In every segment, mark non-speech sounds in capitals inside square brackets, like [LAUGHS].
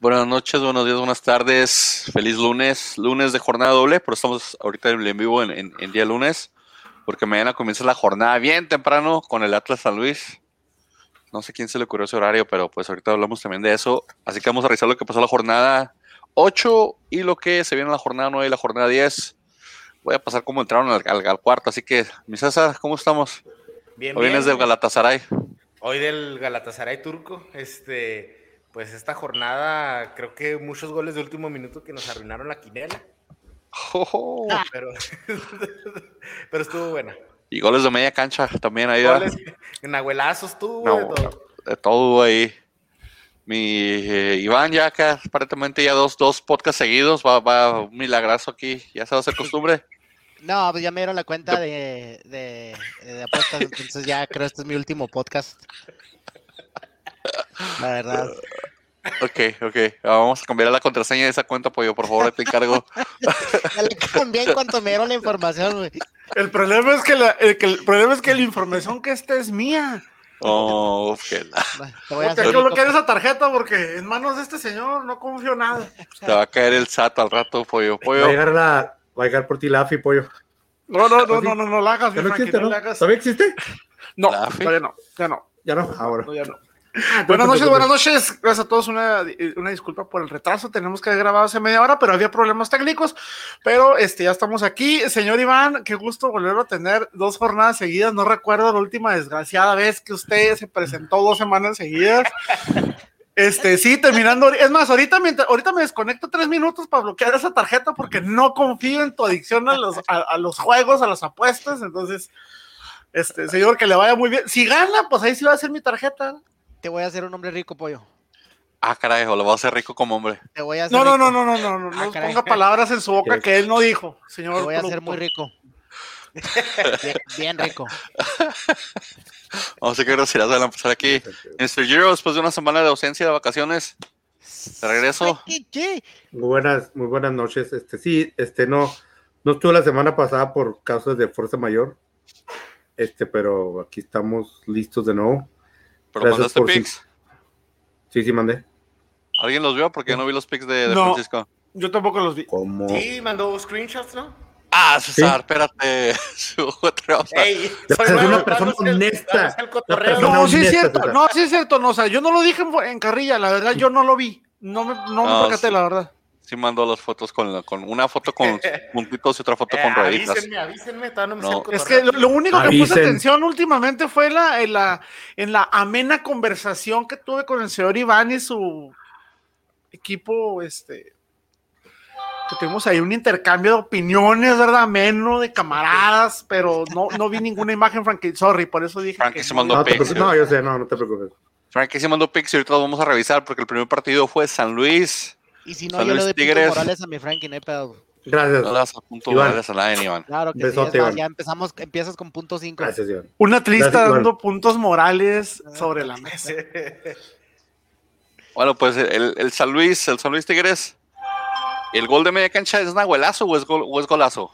Buenas noches, buenos días, buenas tardes. Feliz lunes, lunes de jornada doble, pero estamos ahorita en vivo en, en, en día lunes, porque mañana comienza la jornada bien temprano con el Atlas San Luis. No sé quién se le ocurrió ese horario, pero pues ahorita hablamos también de eso. Así que vamos a revisar lo que pasó en la jornada 8 y lo que se viene en la jornada 9 y la jornada 10. Voy a pasar cómo entraron al, al, al cuarto, así que, mi César, ¿cómo estamos? Bien, Hoy vienes bien. del Galatasaray. [LAUGHS] Hoy del Galatasaray turco, este, pues esta jornada, creo que muchos goles de último minuto que nos arruinaron la quinela, Jojo. pero, [LAUGHS] pero estuvo buena. Y goles de media cancha también ahí. ¿verdad? Goles, nahuelazos tú, No, de todo. de todo ahí. Mi eh, Iván ya acá, aparentemente ya dos, dos podcasts seguidos, va, va un milagrazo aquí, ya se va a hacer costumbre. No, pues ya me dieron la cuenta de, de, de apuestas, entonces ya creo que este es mi último podcast. La verdad. Ok, ok, vamos a cambiar la contraseña de esa cuenta, pollo, por favor, ahí te encargo. Ya le cambié en cuanto me dieron la información, güey. El problema es que la, el, que- el problema es que la información que esta es mía. Oh, que [LAUGHS] la- Va, Te voy a Porque hacer. yo rico. lo quiero esa tarjeta porque en manos de este señor no confío nada. te va a caer el SAT al rato, pollo, Va a pollo. llegar, la, va a llegar por ti la AFI, pollo. No, no, no, no, no, Pues no la hagas, ¿Ya mi no Frankie, existe, no no? la hagas. ¿Todavía existe? No, ¿La AFI? todavía no, ya no. Ya no, ahora. No, ya no. Buenas noches, buenas noches. Gracias a todos. Una, una disculpa por el retraso. Tenemos que haber grabado hace media hora, pero había problemas técnicos. Pero este, ya estamos aquí. Señor Iván, qué gusto volverlo a tener dos jornadas seguidas. No recuerdo la última desgraciada vez que usted se presentó dos semanas seguidas. Este, sí, terminando. Es más, ahorita, mientras, ahorita me desconecto tres minutos para bloquear esa tarjeta porque no confío en tu adicción a los, a, a los juegos, a las apuestas. Entonces, este, señor, que le vaya muy bien. Si gana, pues ahí sí va a ser mi tarjeta. Te voy a hacer un hombre rico, pollo. Ah, carajo, lo voy a hacer rico como hombre. Te voy a hacer No, no, no, rico. no, no, no, no, Ah, no caray. ponga palabras en su boca Ok. que él no dijo, Te señor. voy a hacer productor. muy rico. Bien, bien rico. Vamos a ver si las van a empezar aquí. Mr. Giro, después de una semana de ausencia de vacaciones, de regreso. Ay, ¿Qué? Muy buenas, muy buenas noches. Este, sí, este, no, no estuve la semana pasada por causas de fuerza mayor. Este, pero aquí estamos listos de nuevo. Pero Gracias mandaste por su- pics. Sí, sí, mandé. ¿Alguien los vio? Porque yo no vi los pics de, de No. Francisco. Yo tampoco los vi. ¿Cómo? Sí, mandó screenshots, ¿no? Ah, César, espérate. [LAUGHS] Otra vez. Ey, Debes ser nuevo, una persona vamos al- honesta. vamos al cotorreo. Eh, Una persona- No, sí es honesta, cierto, César. no, sí es cierto, no, o sea, yo no lo dije en, en carrilla, la verdad, yo no lo vi. No me, no me Ah, percaté, sí. la verdad. Sí mandó las fotos con, la- con una foto [LAUGHS] con puntitos y otra foto Eh, con rayitas. avísenme, avísenme, todavía no me No. sé el Es que lo, cotorreo. lo único que puse Avisen. atención últimamente fue la, en, la, en la amena conversación que tuve con el señor Iván y su equipo, este, que tuvimos ahí un intercambio de opiniones, ¿verdad? Ameno, de camaradas, pero no, no vi ninguna imagen, Frankie, sorry, por eso dije. Frankie que se no. mandó No, te pics. preocupes. no, yo sé, no, no te preocupes. Frankie sí mandó pics y ahorita los vamos a revisar porque el primer partido fue San Luis. Y si no, San yo Luis le doy Pinto Tigres. Morales a mi Frankie, no hay pedo. güey. Gracias. No le das a punto Iván. no le das a nadie, Iván. Claro que Besote, sí. es más, Iván. ya empezamos, empiezas con punto 5. Gracias, Iván. Un atlista Gracias, Iván. dando puntos morales sobre la mesa. Bueno, pues el, el San Luis, el San Luis Tigres. El gol de media cancha es Nahuelazo o es, gol- o es golazo.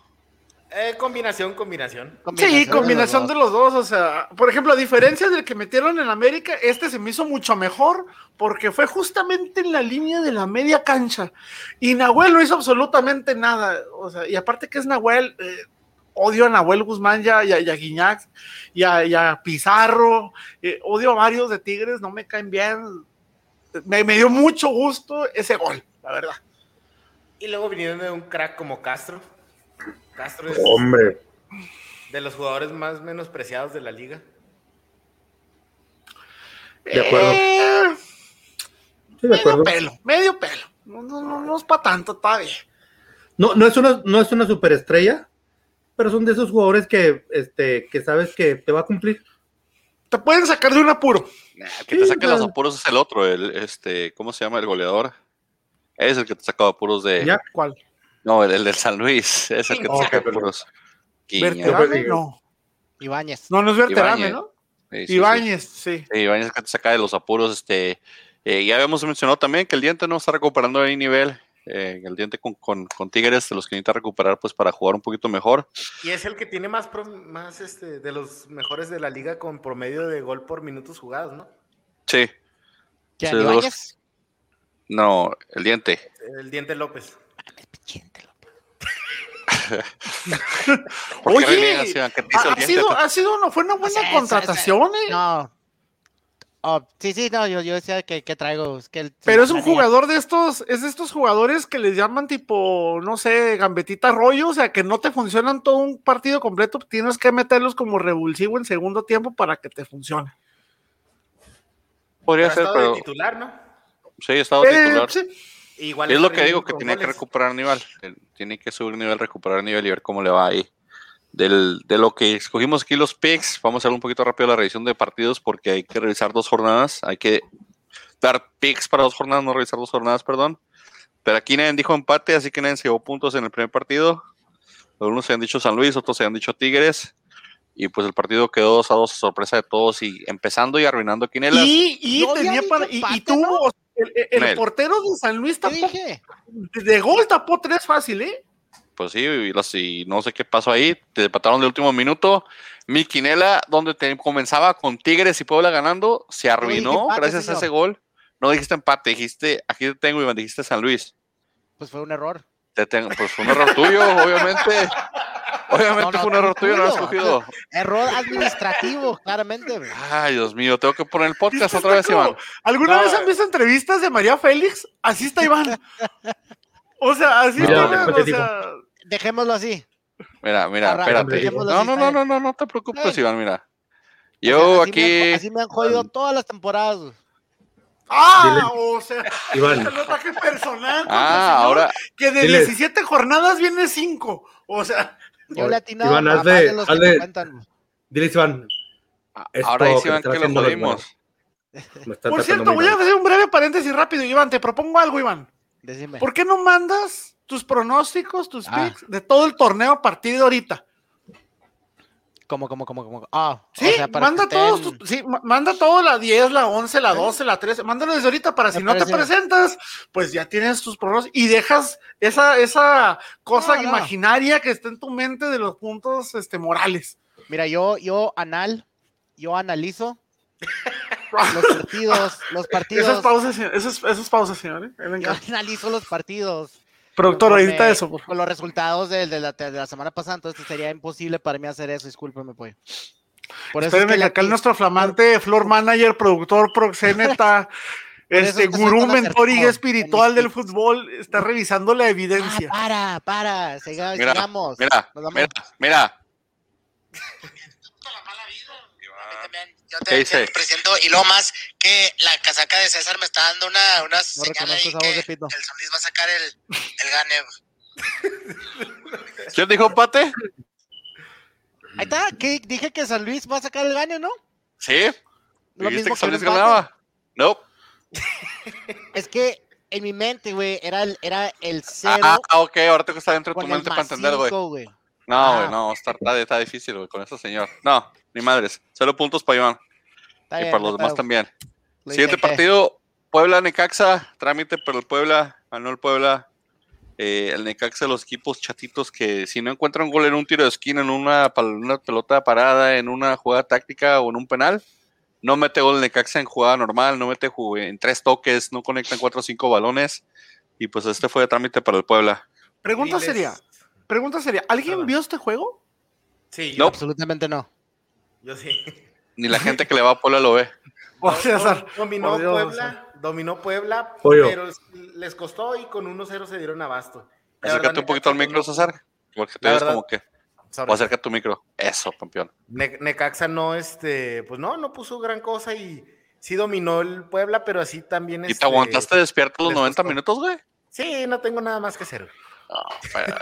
Eh, combinación, combinación. Sí, combinación de los los dos, o sea, por ejemplo, a diferencia del que metieron en América, este se me hizo mucho mejor porque fue justamente en la línea de la media cancha y Nahuel no hizo absolutamente nada, o sea, y aparte que es Nahuel, eh, odio a Nahuel Guzmán ya y a, y a Guiñac y a, y a Pizarro, eh, odio a varios de Tigres, no me caen bien, me, me dio mucho gusto ese gol, la verdad. Y luego vinieron de un crack como Castro. Castro es Oh, Hombre, de los jugadores más menospreciados de la liga. de acuerdo. Eh, Sí, de medio acuerdo. pelo, medio pelo, no, no, no, no es para tanto, está bien. No, no es una, no es una superestrella, pero son de esos jugadores que, este, que sabes que te va a cumplir. te pueden sacar de un apuro. El Ah, que te Sí, saca los Iván. apuros es el otro, el este, ¿cómo se llama el goleador? Es el que te saca apuros de. Ya. ¿Cuál? No, el, el del San Luis, es el que te Ok, saca perdón. apuros. Guiñac. Yo creo ¿Verterame? que- No. Ibáñez. No, no es Verterame, Ibáñez. ¿no? Sí, sí, sí. Ibáñez, sí. Sí, Ibañez que te saca de los apuros. Este, eh, ya habíamos mencionado también que el diente no está recuperando ahí nivel. eh, el diente con, con- con Tigres, de los que necesita recuperar pues para jugar un poquito mejor. Y es el que tiene más, pro- más este, de los mejores de la liga con promedio de gol por minutos jugados, ¿no? Sí, ¿Quién? Sí, los- Ibáñez. No, el diente. El diente López. ¿Por qué reniegas, Oye, Iván? ¿Qué te hizo el ha, diente? ha sido, ha sido una, fue una buena O sea, contratación, esa- eh. esa- No. Oh, sí, sí, no, yo, yo decía que, que traigo. es que el- Pero es un Santana ya- jugador de estos, es de estos jugadores que les llaman tipo, no sé, gambetita rollo, o sea, que no te funcionan todo un partido completo, tienes que meterlos como revulsivo en segundo tiempo para que te funcione. Podría Pero ha ser, estado pero de titular, ¿no? sí, he estado Eh, titular. sí. Igual Es está lo que digo, rindiendo que con tiene que goles. recuperar nivel. eh, Tiene que subir nivel, recuperar nivel y ver cómo le va ahí. Del, de lo que escogimos aquí los picks, vamos a hacer un poquito rápido la revisión de partidos porque hay que revisar dos jornadas. Hay que dar picks para dos jornadas, no revisar dos jornadas, perdón. Pero aquí nadie dijo empate, así que nadie se llevó puntos en el primer partido. Algunos se han dicho San Luis, otros se han dicho Tigres. Y pues el partido quedó 2 a 2, sorpresa de todos y empezando y arruinando quinelas. Y, y Yo había tenía dicho para, y, y empate, tuvo, ¿no? o sea, el, el Nel. portero de San Luis ¿Qué tapó, dije? de gol tapó tres fácil, ¿eh? Pues sí, y, los- y no sé qué pasó ahí. Te empataron de último minuto. Mi quinela, donde te comenzaba con Tigres y Puebla ganando, se arruinó empate, gracias señor. a ese gol. No dijiste empate, dijiste, aquí te tengo, Iván, dijiste San Luis. Pues fue un error. Te tengo, pues fue un error [LAUGHS] tuyo, obviamente. Obviamente No, no, fue un error tuyo, no lo has tranquilo. cogido. Error administrativo, [LAUGHS] claramente. güey. Ay, Dios mío, tengo que poner el podcast Esto otra vez, está como- Iván. ¿Alguna No, vez han eh. visto entrevistas de María Félix? Así está [LAUGHS] Iván. O sea, así Mira, está Iván, después o te digo. sea, Dejémoslo así. Mira, mira, Arranca, espérate. dejémoslo No, así, no, está no, bien. no, no, no te preocupes, Ey. Iván, mira. O sea, Yo así me han- aquí. así me han jodido todas las temporadas. güey. Ah, o sea, Iván. el ataque personal. contra el Ah, señor ahora, Que de Diles. 17 jornadas viene 5. O sea, Yo le he atinado Iván, a más hazle- de los que hazle- me cuentan. güey. Dile, Iván, Es ahora todo ahí que sí, Iván, está que lo haciendo los jodimos. buenos. me está por tratando cierto, muy voy a mal. hacer un breve paréntesis rápido, Iván. Te propongo algo, Iván. Decime. ¿Por qué no mandas tus pronósticos, tus Ah. picks de todo el torneo a partir de ahorita? ¿Cómo, cómo, cómo, cómo? Ah, Sí, o sea, para manda que todos, estén- tus- sí, ma- manda todo la 10, la 11, la 12, la 13, mándalo desde ahorita para si Me no te parece. presentas, pues ya tienes tus pronósticos y dejas esa, esa cosa No, no. imaginaria que está en tu mente de los puntos este, morales. Mira, yo, yo anal, yo [LAUGHS] analizo los partidos, los partidos. Esas pausas, esas, esas pausas, señores. Me Yo encanta. analizo los partidos. Productor, conforme- edita eso, por favor. Con los resultados del- de, la, de la semana pasada, entonces sería imposible para mí hacer eso. Discúlpeme, pues. Por eso es Espérenme que que le acá ati- nuestro flamante floor manager, productor, [LAUGHS] proxeneta, eso este es que soy gurú, tan mentor y acertado guía en espiritual mis del tips. fútbol, está revisando la Ah, evidencia. para, para. siga- Mira, sigamos. Mira, Pues, Nos vamos. mira, mira. también, Yo ¿Qué te, dice? te presento y lo más que la casaca de César me está dando una, una señal reconozco ahí esa que voz de el pito. San Luis va a sacar el, el gane. ¿Quién dijo empate? Ahí está. ¿qué? Dije que San Luis va a sacar el baño, ¿no? Sí. Lo ¿Viste mismo que San que un Luis empate. ganaba? No. Es que en mi mente, güey, era el, era el cero. Ah, ah, ok, ahora tengo que estar dentro de con tu el mente para más entender, güey. cinco, güey. No, güey, Ah. no, está, está- está difícil, güey, con ese señor. No, ni madres. Cero puntos para Iván Está y bien, para los no demás pedo. también. Lo Siguiente intenté. partido, Puebla-Necaxa, trámite para el Puebla, ganó el Puebla. Eh, el Necaxa, los equipos chatitos que si no encuentran gol en un tiro de esquina, en una, pal- una pelota parada, en una jugada táctica o en un penal, no mete gol el Necaxa en jugada normal, no mete ju- en tres toques, no conectan cuatro o cinco balones. Y pues este fue de trámite para el Puebla. Pregunta Diles- sería, pregunta sería, ¿alguien Nada. vio este juego? Sí, No. yo, Absolutamente no. yo [LAUGHS] sí. Ni la gente que le va a Puebla lo ve. O Do- sea, do- Sar- dominó por Dios, Puebla, dominó Puebla, Pollo. pero les costó y con 1-0 se dieron abasto. [LAUGHS] La Acércate verdad, un poquito al micro, Necaxa no- César. Porque te La ves verdad- como que. Sorry. O acerca tu micro. Eso, campeón. Ne- Necaxa no, este, pues no, no puso gran cosa y sí dominó el Puebla, pero así también ¿Y te este, aguantaste despierto los les 90 costó. minutos, güey? Sí, no tengo nada más que hacer. Ah, pero-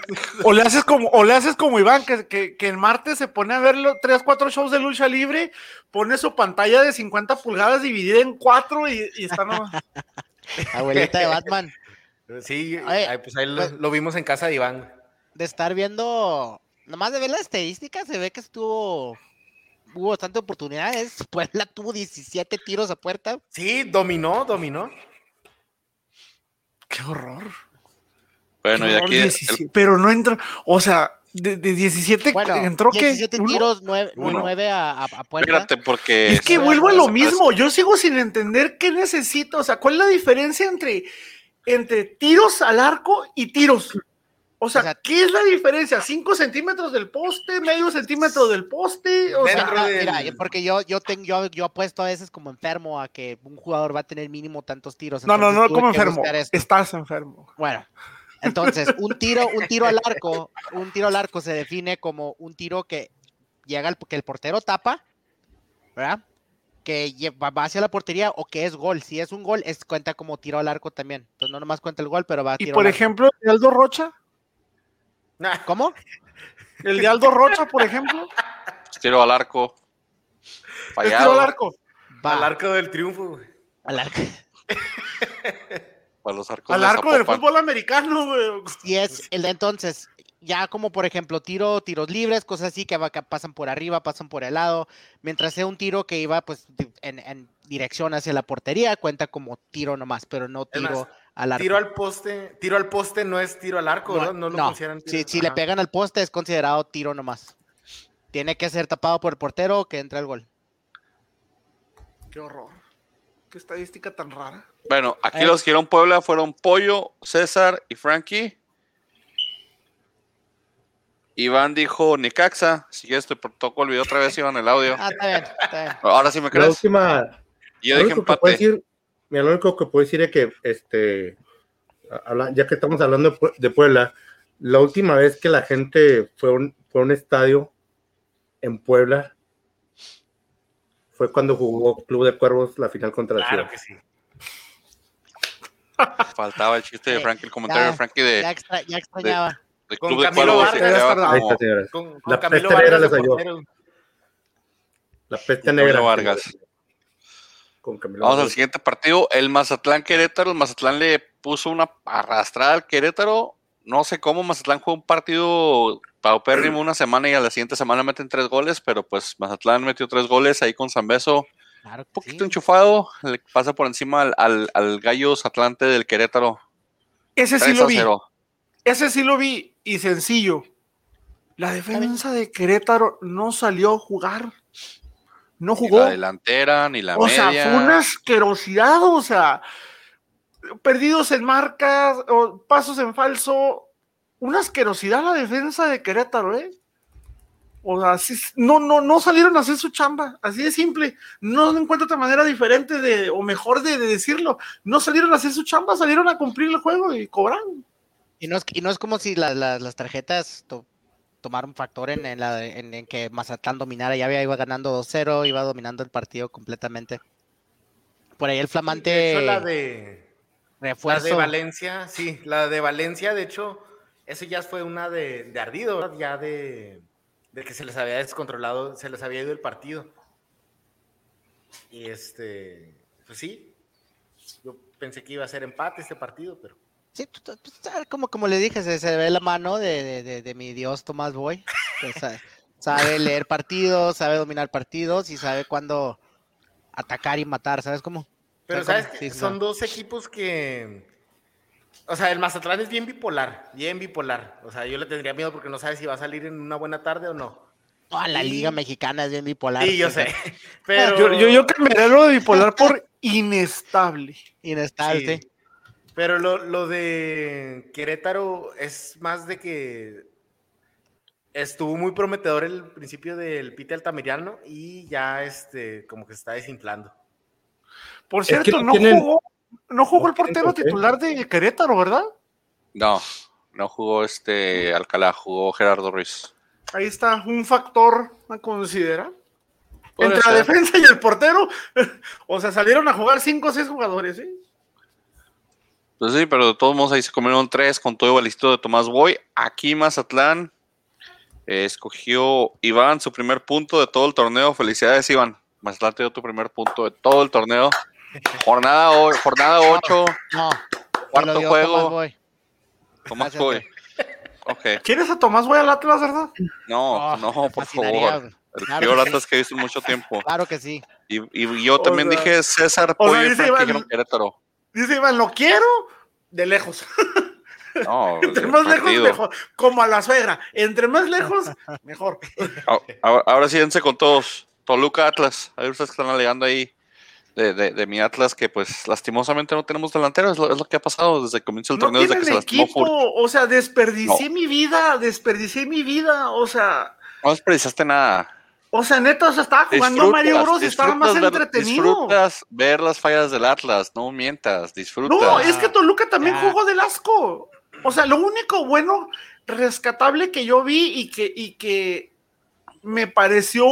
O le haces como, o le haces como Iván, que, que, que en martes se pone a ver los tres, cuatro shows de lucha libre, pone su pantalla de 50 pulgadas dividida en cuatro y, y está nomás. Abuelita de Batman. Eh, Sí, Oye, ahí, pues ahí lo, pues- lo vimos en casa de Iván. de estar viendo, nomás de ver la estadística, se ve que estuvo, hubo bastante oportunidades. [LAUGHS] Puebla tuvo 17 tiros a puerta. Sí, dominó, dominó. Qué horror. Bueno, [LAUGHS] qué y horror, aquí el- 17, Pero no entra, o sea, De, de 17 Bueno, entró que 17 uno. tiros, 9, Uno. a, a, a puerta. Espérate, porque. Es que Eso vuelvo a es lo algo que mismo. Yo sigo sin entender qué necesito. O sea, ¿cuál es la diferencia entre, entre tiros al arco y tiros? O sea, O sea, ¿qué es la diferencia? ¿Cinco centímetros del poste? ¿Medio centímetro del poste? O sea, Dentro Mira, del- mira, yo- porque yo, yo, tengo, yo, yo apuesto a veces como enfermo a que un jugador va a tener mínimo tantos tiros. no, no, entonces no, tuve como que enfermo. buscar esto. Estás enfermo. Bueno, entonces, un tiro, un tiro al arco, un tiro al arco se define como un tiro que llega al que el portero tapa, ¿verdad? Que lle- va va hacia la portería o que es gol. Si es un gol, es cuenta como tiro al arco también. Entonces no nomás cuenta el gol, pero va a Y tiro por al arco. ejemplo, el de Aldo Rocha. ¿Cómo? El de Aldo Rocha, por ejemplo. Tiro al arco. Es Fallado. tiro al arco. Va Al arco del triunfo, güey. al arco. Para los arcos Al de arco del Zapopan. fútbol americano, güey. Y es el de entonces, ya como por ejemplo tiro, tiros libres, cosas así que, va- que pasan por arriba, pasan por el lado, mientras sea un tiro que iba pues di- en, en dirección hacia la portería, cuenta como tiro nomás, pero no Es más, tiro al arco. Tiro al poste, tiro al poste no es tiro al arco, ¿verdad? No, lo consideran tiro. si, si le Ajá. pegan al poste es considerado tiro nomás. Tiene que ser tapado por el portero o que entra el gol. Qué horror. Qué estadística tan rara. Bueno, aquí Eh. los que dieron Puebla fueron Pollo, César y Frankie. Iván dijo Nicaxa. Si quieres, te toco el video otra vez, Iván, el audio. Ah, está bien, está bien. Ahora sí me La crees. última, Y Yo lo dije único que puedo empate. decir, mira, lo único que puedo decir es que, este, a- habla- ya que estamos hablando de Pue- de Puebla, la última vez que la gente fue a un, fue a un estadio en Puebla fue cuando jugó Club de Cuervos la final contra el Claro Chivas. que sí. Faltaba el chiste de Eh, Frankie, el comentario de ya, Frankie de, ya, extra- ya extrañaba. de Con Club de Camilo Cuervos. y Vargas, quedaba perdón. Ahí como está, señores. Con, con La Camilo peste Vargas. negra de les ayudó. portero. La peste Camilo negra. Vargas. Con Camilo Vamos al pues Vargas. siguiente partido. El Mazatlán Querétaro. El Mazatlán le puso una arrastrada al Querétaro. No sé cómo Mazatlán jugó un partido paupérrimo una semana y a la siguiente semana meten tres goles, pero pues Mazatlán metió tres goles ahí con Zambeso. Claro que Un poquito sí. enchufado. Le pasa por encima al, al, al Gallos Atlante del Querétaro. Ese sí 3 lo a vi. 0. Ese sí lo vi y sencillo. La defensa de Querétaro no salió a jugar. No Ni jugó. la delantera, ni la O media. sea, fue una asquerosidad. O sea, perdidos en marcas, o pasos en falso. Una asquerosidad la defensa de Querétaro, ¿eh? O sea, sí- no, no, no salieron a hacer su chamba. Así de simple. No encuentro otra manera diferente de, o mejor de, de decirlo. No salieron a hacer su chamba, salieron a cumplir el juego y cobraron. Y no es, y no es como si la- la- las tarjetas to- tomaron factor en, en la, en, en que Mazatlán dominara. Ya había, iba ganando 2-0, iba dominando el partido completamente. Por ahí el flamante De hecho, la de, la refuerzo. de Valencia, sí, la de Valencia, de hecho, eso ya fue una de, de ardido, ¿verdad? ya de, de que se les había descontrolado, se les había ido el partido. Y este, pues sí, yo pensé que iba a ser empate este partido, pero Sí, tú- tú- tú sabes, como, como le dije, se, se ve la mano de, de- de- de mi dios Tomás Boy. [LAUGHS] que sa- sabe leer partidos, sabe dominar partidos y sabe cuándo atacar y matar, ¿sabes cómo? Pero Sabe sabes cómo- que sí, son no. dos equipos que. O sea, el Mazatlán es bien bipolar, bien bipolar. O sea, yo le tendría miedo porque no sabes si va a salir en una buena tarde o no. Toda la liga mexicana es bien bipolar. Sí, yo fíjate, sé. [LAUGHS] Pero. Yo, yo, yo cambiaría lo de bipolar por inestable. Inestable. Sí. Pero lo, lo de Querétaro es más de que estuvo muy prometedor el principio del Pite Altamirano y ya este como que se está desinflando. Por Es que cierto, no no, tienen- jugó, no jugó el no tienen portero por qué. titular de Querétaro, ¿verdad? No, no jugó este Alcalá, jugó Gerardo Ruiz. Ahí está un factor a considerar. Puede Entre la ser. defensa y el portero, [LAUGHS] o sea, salieron a jugar cinco o seis jugadores, ¿eh? Pues sí, pero de todos modos ahí se comieron tres con todo el balistito de Tomás Boy. Aquí Mazatlán eh, escogió Iván su primer punto de todo el torneo. Felicidades, Iván. Mazatlán te dio tu primer punto de todo el torneo. Jornada, o- [LAUGHS] jornada 8, No, te cuarto lo dio Tomás juego. Boy. Tomás Gracias, Boy. Ok, ¿Quieres a Tomás Boy al Atlas, verdad? no, [LAUGHS] Oh, no, me por fascinaría, favor. güey. El Claro peor que sí. Atlas que he visto en mucho tiempo. Claro que sí. Y, y yo O también sea- dije César o sea, Pollo y dice Frankie Iván- dijeron Querétaro. Dice Iván, lo quiero de lejos. [LAUGHS] [LAUGHS] No, Entre el más lejos, partido. mejor. Como a la suegra. Entre más [LAUGHS] lejos, mejor. [LAUGHS] Ah, Ahora, ahora sí, dense con todos. Toluca Atlas. Hay ustedes que están alegando ahí de, de- de mi Atlas, que pues lastimosamente no tenemos delantero. Es lo, es lo que ha pasado desde el comienzo del No torneo, desde que tienen se lastimó Furch. equipo. O sea, desperdicié mi vida. Desperdicié mi vida. O sea. No desperdiciaste nada. O sea, neta, o sea, estaba jugando a Mario Disfrutas, Bros. y estaba más disfrutas ver- entretenido. Disfrutas ver las fallas del Atlas, no mientas, disfrutas. No, es que Toluca también Ya. jugó del asco. O sea, lo único bueno, rescatable que yo vi y que, y que me pareció,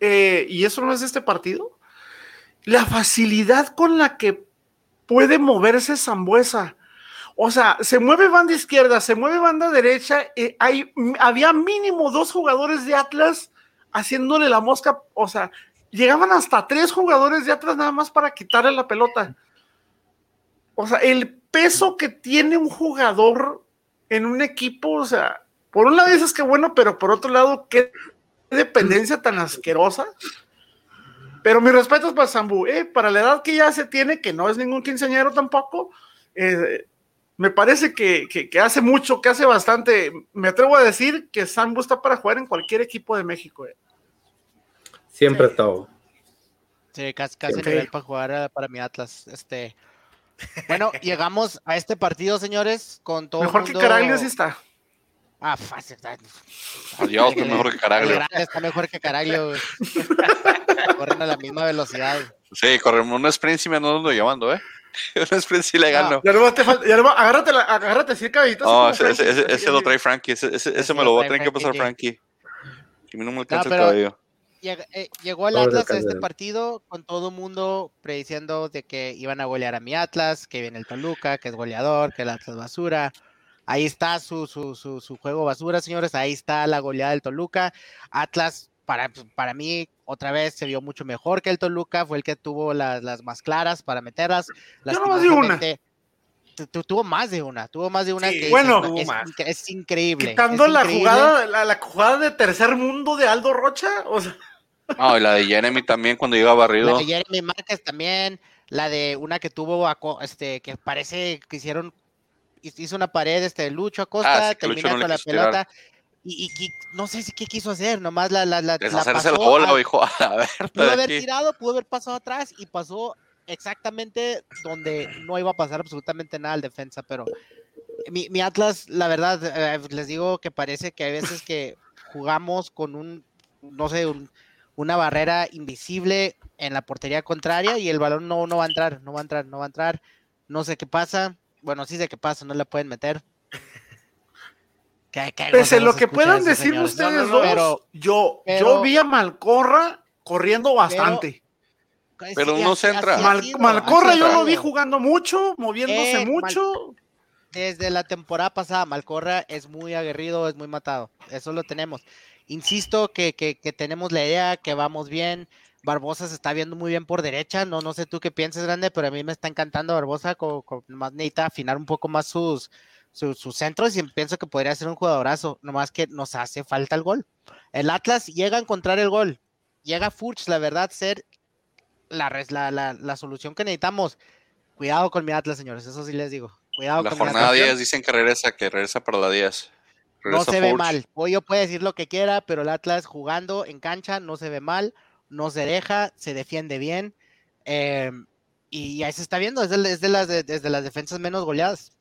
eh, y eso no es de este partido, la facilidad con la que puede moverse Zambuesa. O sea, se mueve banda izquierda, se mueve banda derecha. eh, hay, m- había mínimo dos jugadores de Atlas haciéndole la mosca. O sea, llegaban hasta tres jugadores de Atlas nada más para quitarle la pelota. O sea, el peso que tiene un jugador en un equipo, o sea, por un lado dices que bueno, pero por otro lado, qué dependencia tan asquerosa. Pero mis respetos para Sambu, eh, para la edad que ya se tiene, que no es ningún quinceañero tampoco, eh, me parece que, que- que hace mucho, que hace bastante. Me atrevo a decir que Sambu está para jugar en cualquier equipo de México. eh. Siempre ha estado. Sí, casi, casi Ok. nivel para jugar eh, para mi Atlas. Este. [LAUGHS] Bueno, llegamos a este partido, señores, con todo. Mejor que Caraglio sí está. Ah, fácil. está- Adiós, que mejor que El Caraglio. grande está mejor que [LAUGHS] Caraglio. güey. Corren a la misma velocidad. Sí, corremos un sprint y me ando llevando, ¿eh? [LAUGHS] Un sprint sí le No, gano. Ya no te falta, ya nomás- agárrate, la- agárrate, sí, caballito. No, así ese, como ese, Frankie, ese, así ese lo así. trae Frankie. Ese, ese, ese Ese me lo lo va a trae tener que pasar Frankie, Frankie. Que a mí no me alcanza el pero- cabello. Llega- eh, Llegó el Vamos a Atlas a este alcanzar. partido con todo mundo prediciendo de que iban a golear a mi Atlas, que viene el Toluca, que es goleador, que el Atlas basura. Ahí está su, su, su, su juego basura, señores. Ahí está la goleada del Toluca. Atlas, para, para mí, otra vez se vio mucho mejor que el Toluca. Fue el que tuvo las, las más claras para meterlas. Yo nomás di una. Lastimosamente, tu- tu- tuvo más de una. Tuvo más de una. Sí, que dices, bueno, "No, tuvo es, más. inc- es increíble. es Quitando la increíble". jugada, la, la jugada de tercer mundo de Aldo Rocha, o sea, No, y la de Jeremy también cuando llega barrido. La de Jeremy Márquez también, la de una que tuvo, a Co- este, que parece que hicieron, hizo una pared, este, Lucho Acosta, Ah, sí, que Lucho termina no le con la quiso tirar. pelota, y, y qui- no sé si qué quiso hacer, nomás la, la, la, la Deshacerse la pasó bola, a- hijo. [LAUGHS] A ver, la pudo de haber aquí. tirado, pudo haber pasado atrás, y pasó exactamente donde no iba a pasar absolutamente nada al defensa, pero mi, mi Atlas, la verdad, eh, les digo que parece que hay veces que jugamos con un, no sé, un- una barrera invisible en la portería contraria y el balón no, no va a entrar, no va a entrar, no va a entrar. No sé qué pasa. Bueno, sí sé qué pasa, no la pueden meter. Qué- qué pese a gozo lo se que escucha puedan eso, decir señores. ustedes No, no, no, dos, pero- yo, yo pero- vi a Malcorra corriendo bastante. Pero sí, uno así- se entra. así ha Mal- sido, Malcorra así ha yo lo vi sido. jugando mucho, moviéndose Eh, Mal- mucho. Desde la temporada pasada, Malcorra es muy aguerrido, es muy matado. Eso lo tenemos. Insisto que, que, que tenemos la idea, que vamos bien. Barbosa se está viendo muy bien por derecha. No, no sé tú qué piensas, grande, pero a mí me está encantando Barbosa. Con, más necesita afinar un poco más sus, sus, sus centros y pienso que podría ser un jugadorazo. Nomás que nos hace falta el gol. El Atlas llega a encontrar el gol. Llega Furch, la verdad, ser la, res- la, la, la solución que necesitamos. Cuidado con mi Atlas, señores. Eso sí les digo. Cuidado La con mi jornada Atlas. 10 dicen que regresa, que regresa para la 10. No Regresa se ve Furch. mal. Pollo puede decir lo que quiera, pero el Atlas jugando en cancha no se ve mal, no se deja, se defiende bien. eh, y ahí se está viendo, es de, es de las, de- desde las defensas menos goleadas.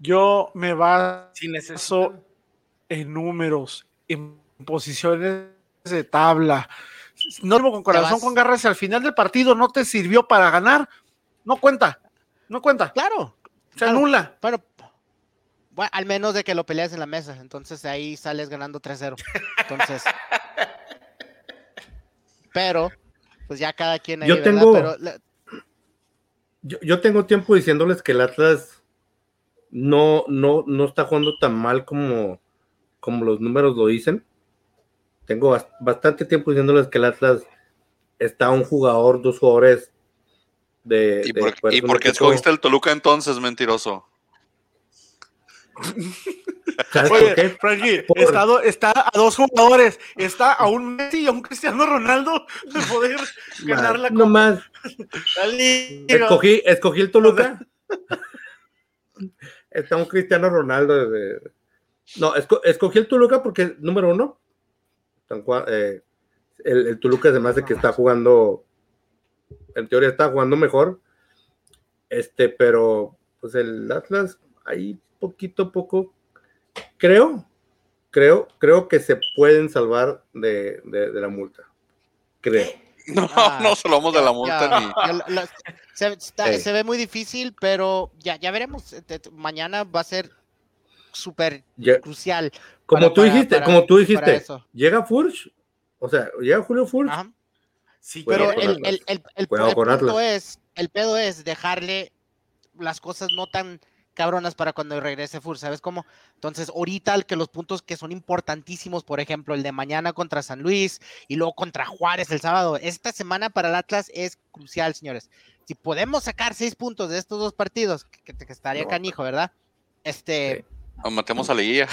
Yo me baso Sí, necesito. en números, en posiciones de tabla. No corazón, con corazón, vas. con con garras, al final del partido no te sirvió para ganar, no cuenta, no cuenta, Claro, se claro. anula. pero bueno, al menos de que lo peleas en la mesa, entonces ahí sales ganando 3-0. Entonces, pero pues ya cada quien ahí, Yo ¿verdad? tengo- Pero la- Yo, yo tengo tiempo diciéndoles que el Atlas no, no, no está jugando tan mal como, como los números lo dicen. Tengo bas- bastante tiempo diciéndoles que el Atlas está un jugador, dos jugadores de. ¿Y de por, fuerza, ¿y un por qué equipo- escogiste el Toluca entonces, mentiroso? [LAUGHS] ¿Sabes por Oye, qué? Frankie, Por- está, a do- está a dos jugadores, está a un Messi y a un Cristiano Ronaldo de poder ganar la No más. Copa. La Liga. Escogí, escogí el Toluca. [LAUGHS] Está un Cristiano Ronaldo. de- No, esco- escogí el Toluca porque, número uno, tan cua- eh, el, el Toluca además de que está jugando, en teoría está jugando mejor, este, pero pues el Atlas ahí poquito a poco, creo, creo, creo que se pueden salvar de, de- de la multa. Creo. No, Ah. no se lo vamos de la Ya, multa ni. ya lo- lo- se, está- Ey. se ve muy difícil, pero ya, ya veremos. Te- te- Mañana va a ser súper Ya- crucial. como, para- tú para- dijiste, para- como tú para dijiste, eso. llega Furch, o sea, llega Julio Furch, Ajá. Sí, Cuidado Pero con el, Atlas. el- el- el- Cuidado el con punto Atlas. es, el pedo es dejarle las cosas no tan cabronas para cuando regrese Fur, ¿sabes cómo? Entonces, ahorita el que los puntos que son importantísimos, por ejemplo, el de mañana contra San Luis y luego contra Juárez el sábado, esta semana para el Atlas es crucial, señores. Si podemos sacar seis puntos de estos dos partidos, que, que- que estaría No. canijo, ¿verdad? Este, Matemos a la guía.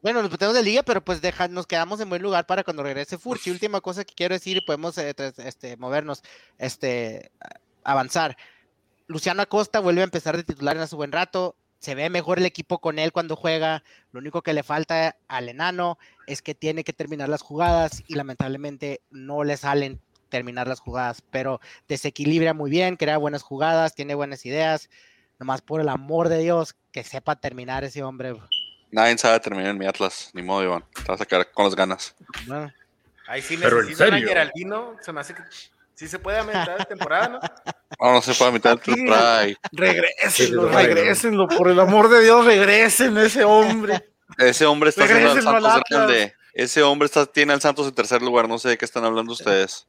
bueno, nos metemos de liga, pero pues deja, nos quedamos en buen lugar para cuando regrese Furch. Y última cosa que quiero decir, y podemos eh, tras- este, movernos, este, a- avanzar. Luciano Acosta vuelve a empezar de titular en hace buen rato. Se ve mejor el equipo con él cuando juega. Lo único que le falta al enano es que tiene que terminar las jugadas y lamentablemente no le salen terminar las jugadas, pero desequilibra muy bien, crea buenas jugadas, tiene buenas ideas. Nomás por el amor de Dios, que sepa terminar ese hombre. Nadie sabe terminar en mi Atlas. Ni modo, Iván. Te vas a quedar con las ganas. Bueno. Ahí sí Pero en necesitan a serio. Geraldino. Se me hace que sí se puede a mitad de temporada, [LAUGHS] ¿no? No, no se puede mitad de Aquí. temporada y- Regrésenlo, Sí, sí, sí. regrésenlo, por el amor de Dios, regresen ese hombre. Ese hombre está haciendo al Regrésenlo al Santos Atlas. grande. Ese hombre está, tiene al Santos en tercer lugar. No sé de qué están hablando Eh, ustedes.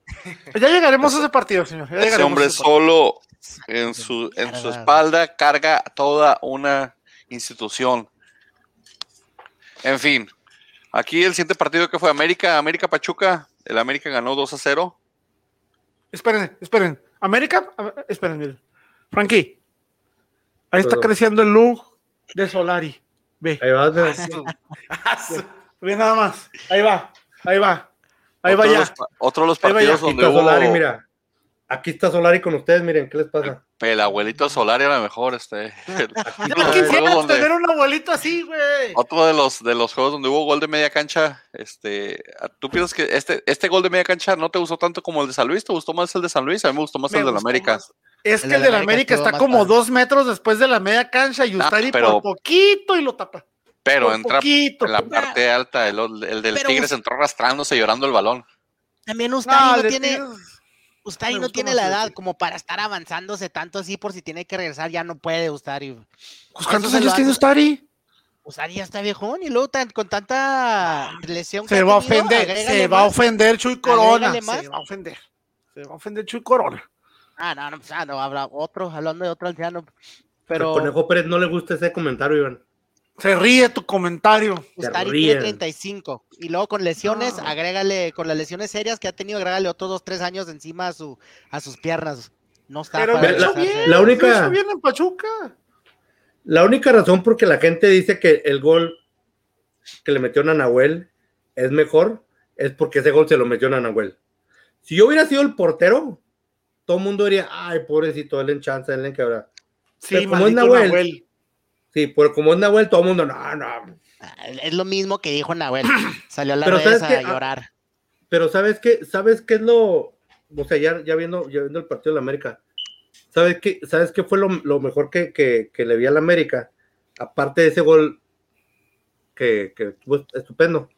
Ya llegaremos a ese partido, señor. ya Ese llegaremos a hombre ese partido. solo en su, en su Mierda. espalda carga toda una institución. En fin, aquí el siguiente partido que fue América, América Pachuca. El América ganó 2 a 0. Esperen, esperen. América, a- esperen, miren. Frankie, ahí está Todo. creciendo el look de Solari. Ve, ahí va, Ah, su- ah, su- ve nada más. Ahí va, ahí va. Ahí otro va de ya. los pa- otro de los Ahí va ya. partidos Aquí donde está hubo Solari, mira. Aquí está Solari con ustedes, miren, ¿qué les [LAUGHS] pasa? el abuelito Solari a lo mejor. Este, el- Aquí Ya Ay, quisieras luego, ¿dónde? tener un abuelito así, güey. Otro de los de los juegos donde hubo gol de media cancha, este, ¿tú piensas que este, este gol de media cancha no te gustó tanto como el de San Luis? ¿Te gustó más el de San Luis? A mí me gustó más Me el de la gustó América. más. Es El que el de de la la América América estuvo está más como padre. dos metros después de la media cancha y Ustari Ah, pero- por poquito y lo tapa. Pero por entra poquito. en la parte alta, el, el del Pero- Tigres entró arrastrándose llorando el balón. También Ustari No, no, le tiene, tiras- Ustari me no gustó tiene más la el edad Tigres. como para estar avanzándose tanto así por si tiene que regresar, ya no puede Ustari. Pues, ¿Cuántos Eso se lo años tiene hace- Ustari? Ustari ya está viejón y luego tan, con tanta lesión que Se ha va a tenido, ofender, se agrégale va a más. ofender Chuy Corona. Agrégale más. Se va a ofender. Se va a ofender Chuy Corona. Ah, no, no, pues, ah, no, habrá otro, hablando de otro anciano. Pero... Pero Conejo Pérez no le gusta ese comentario, Iván. Se ríe tu comentario. Ustari ríen. tiene 35 y luego con lesiones, agrégale, con las lesiones serias que ha tenido, agrégale otros dos, tres años encima a, su, a sus piernas. No está Pero para lo hizo regresarse. bien. La única- lo hizo bien en Pachuca. La única razón por que la gente dice que el gol que le metieron a Nahuel es mejor es porque ese gol se lo metieron a Nahuel. Si yo hubiera sido el portero, todo el mundo diría, ay, pobrecito, denle chance, denle que habrá. Sí, Pero como maldito es Nahuel. Nahuel. Sí, pero como es Nahuel, todo el mundo, no, no. Ah, Es lo mismo que dijo Nahuel. Salió a la Pero vez ¿sabes a qué? Ah, llorar. Pero ¿sabes qué? ¿Sabes qué es lo...? O sea, ya, ya, viendo, ya viendo el partido de la América, ¿sabes qué, ¿sabes qué fue lo, lo mejor que, que- que le vi a la América? Aparte de ese gol que, que estuvo estupendo.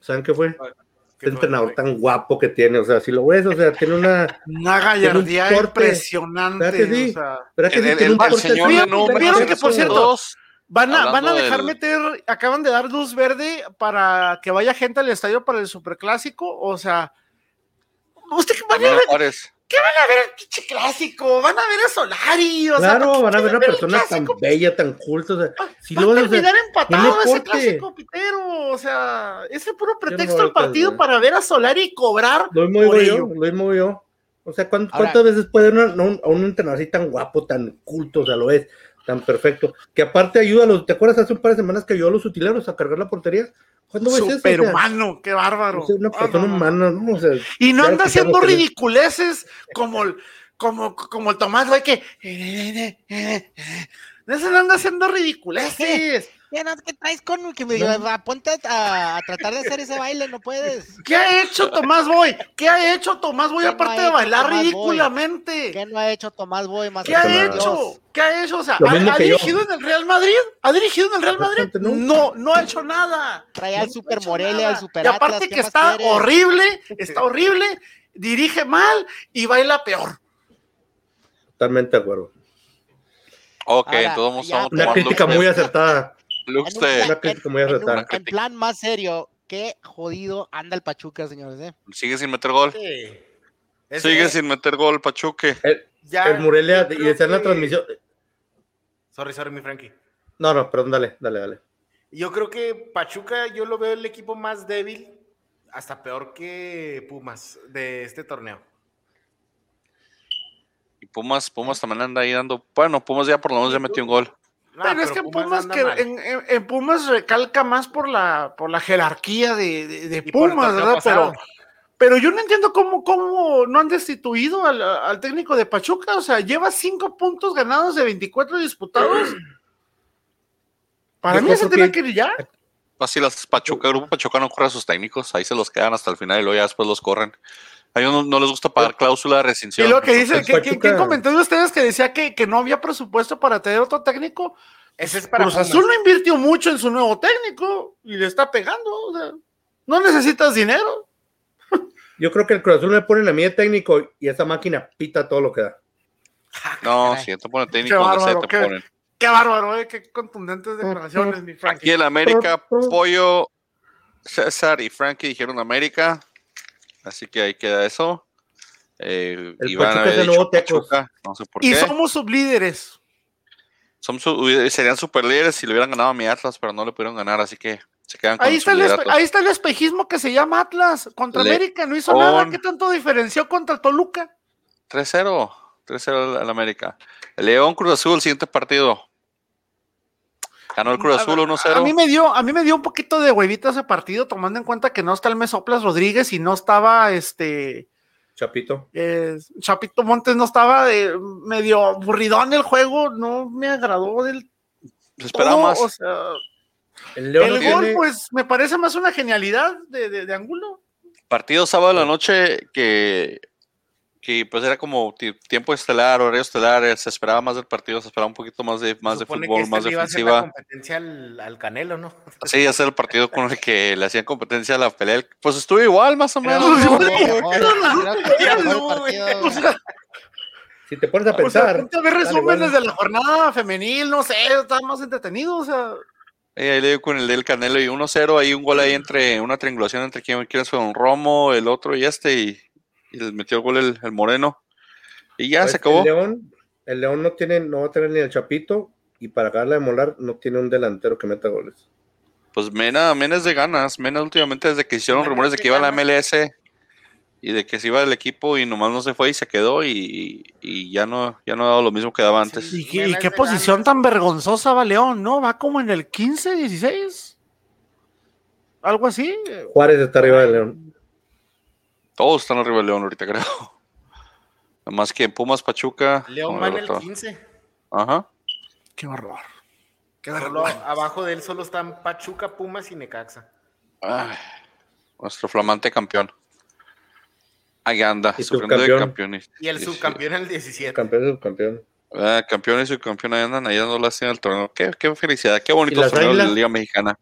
¿Saben qué fue? ¿Qué Este fue, entrenador güey? tan guapo que tiene, o sea, si lo ves, o sea, tiene una... Una un gallardía porte. impresionante. ¿Verdad que sí? o sea, ¿verdad que El, sí el- tiene un el Ah, porte- señor ¿Vieron- de números vieron que, es por un cierto, dos? van, a, van a Hablando dejar del- meter, acaban de dar luz verde para que vaya gente al estadio para el superclásico. O sea, usted que van a También ver, Juárez. ¿qué van a ver el pinche clásico? Van a ver a Solari. O sea, ¿para Claro, qué van a ver una el persona tan clásico? bella, tan culta, o sea, Va- si va lo a ves, o sea, terminar empatado tiene ese porte. clásico pitero. O sea, ese puro no pretexto voy al a ¿eh? partido perder. para ver a Solari y cobrar. Lo mismo digo Por yo, ello. lo mismo yo. O sea, ¿cuán- Ahora- ¿cuántas veces puede una- no, un- a un entrenador así tan guapo, tan culto, o sea, lo es, tan perfecto? Que aparte ayuda a los, ¿te acuerdas hace un par de semanas que ayudó a los utileros a cargar la portería? ¿Cuándo ves eso? pues, O sea, Superhumano, qué bárbaro. o sea, una Ah, no, persona no, no. humana, ¿no? O sea, Y no Ya anda escuchamos haciendo que- ridiculeces como, el- como, como el Tomás, güey, que. No se le anda haciendo [LAUGHS] ridiculeces. Ya no, ¿qué traes con que me va, ponte a, a tratar de hacer ese baile, no puedes. ¿Qué ha hecho Tomás Boy? ¿Qué ha hecho Tomás Boy ¿Qué no aparte ha de hecho bailar Tomás Boy? ridículamente? ¿Qué no ha hecho Tomás Boy más ¿Qué ha Claro. hecho? ¿Qué ha hecho? O sea, Lo ¿ha, mismo ha que yo. dirigido en el Real Madrid? ¿Ha dirigido en el Real Madrid? Bastante, ¿no? No, no ha hecho nada. Trae No, al no Super ha hecho Morelia, nada. al Super Y aparte Atlas, ¿qué que más está quieres? horrible, está horrible, dirige mal y baila peor. Totalmente de acuerdo. Ok, Ahora, entonces vamos, ya- vamos a Una tomar crítica Lux muy de- acertada. Lux En un de- Una crítica muy En, un- acertada. en plan más serio, qué jodido anda el Pachuca, señores. ¿eh? sigue sin meter gol. Sí. Ese- Sigue sin meter gol, Pachuque. El, ya, el Morelia, yo creo y está en la que- transmisión. Sorry, sorry, mi Frankie. No, no, perdón, dale, dale, dale. Yo creo que Pachuca, yo lo veo el equipo más débil, hasta peor que Pumas de este torneo. Y Pumas, Pumas también anda ahí dando. Bueno, Pumas ya por lo menos ya metió un gol. No, pero, es que en Pumas, anda que- mal. en, en- en Pumas recalca más por la, por la jerarquía de, de- de Y por el Pumas, torneo ¿verdad? pasado. Pero, pero yo no entiendo cómo, cómo no han destituido al, al técnico de Pachuca. O sea, lleva cinco puntos ganados de 24 [CLEARS THROAT] disputados. Para Yo mí se creo tenía que que- ir ya. Así las Pachuca, el grupo Pachuca no corre a sus técnicos, ahí se los quedan hasta el final y luego ya después los corren. A ellos no, no les gusta pagar cláusula de Y rescisión. lo que dice, el que, que- Pachuca- ¿quién comentó de ustedes que decía que, que no había presupuesto para tener otro técnico? Ese es para Cruz Pumas. Azul no invirtió mucho en su nuevo técnico y le está pegando. o sea, no necesitas dinero. Yo creo que el Cruz Azul me pone la mía de técnico y esa máquina pita todo lo que da. No, Caray. si te ponen Qué técnico, donde sea bárbaro, te qué- ponen. Qué bárbaro, eh, qué contundentes declaraciones, mi Frankie. Aquí el América, Pollo, César y Frankie dijeron América. Así que ahí queda eso. Eh, El Iván Pachuca había es el dicho nuevo Tecos. Pachuca, no sé por Y qué. somos sublíderes. Son su- serían superlíderes si le hubieran ganado a mi Atlas, pero no le pudieron ganar, así que se quedan con Ahí está, su el espe- liderato. ahí está el espejismo que se llama Atlas. Contra pues. Le- América no hizo con- nada. ¿Qué tanto diferenció contra Toluca? 3-0, 3-0 al- al América. León Cruz Azul, siguiente partido. Ganó el Cruz A- Azul A mí 1-0. me dio, a mí me dio un poquito de huevita ese partido, tomando en cuenta que no está el Mesoplas Rodríguez y no estaba este Chapito. eh, Chapito Montes, no estaba de medio aburridón el juego, no me agradó del Se todo. esperaba más. O sea, El León no el gol, tiene- pues, me parece más una genialidad de, de, de Angulo. Partido sábado en la noche que, que pues era como ti- tiempo estelar, horario estelar, eh, se esperaba más del partido, se esperaba un poquito más de, más de Supone que fútbol, este más le iba a hacer la defensiva. competencia al, al Canelo, ¿no? [LAUGHS] Sí, ese era el partido con el que le hacían competencia a la pelea. del- Pues estuvo igual, más o menos. ¿no? [LAUGHS] Creo Pero- que fue mejor, creo [LAUGHS] que fue mejor güey. el partido. Si te pones a O sea, pensar. ponte Ah, pues, a ver dale, resúmenes bueno. de la jornada femenil, no sé, está más entretenido, o sea, Eh, ahí le dio con el del Canelo y 1-0, ahí un gol ahí entre, una triangulación entre quien quién fue un Romo, el otro y este, y, y les metió el gol el, el Moreno. Y ya Pues, se acabó. El León, el León no tiene, no va a tener ni el Chapito y para acabarla de molar no tiene un delantero que meta goles. Pues Mena, Mena es de ganas. Mena últimamente desde que hicieron Mena rumores es de de que iba a la ganas. MLS y de que se iba del equipo y nomás no se fue y se quedó y, y ya no ya no ha dado lo mismo que daba antes. Sí. y, qué- Me y ves qué de posición ganas. tan vergonzosa va León, ¿no? Va como en el 15, 16, algo así. Juárez está arriba del León. Todos están arriba de León ahorita, [LAUGHS] creo. Nomás que Pumas, Pachuca. León como va el en el otro. 15. Ajá. Qué horror. Qué Solo vergüenza. abajo de él solo están Pachuca, Pumas y Necaxa. Ay, nuestro flamante campeón. Ahí anda, Y sufriendo de subcampeón. campeones. Y el Sí, sí. subcampeón el 17. Campeón, subcampeón. Ah, campeones y campeones ahí andan, ahí dando la cena al torneo. Qué, qué felicidad, qué bonito las torneo de la águilas? Liga Mexicana.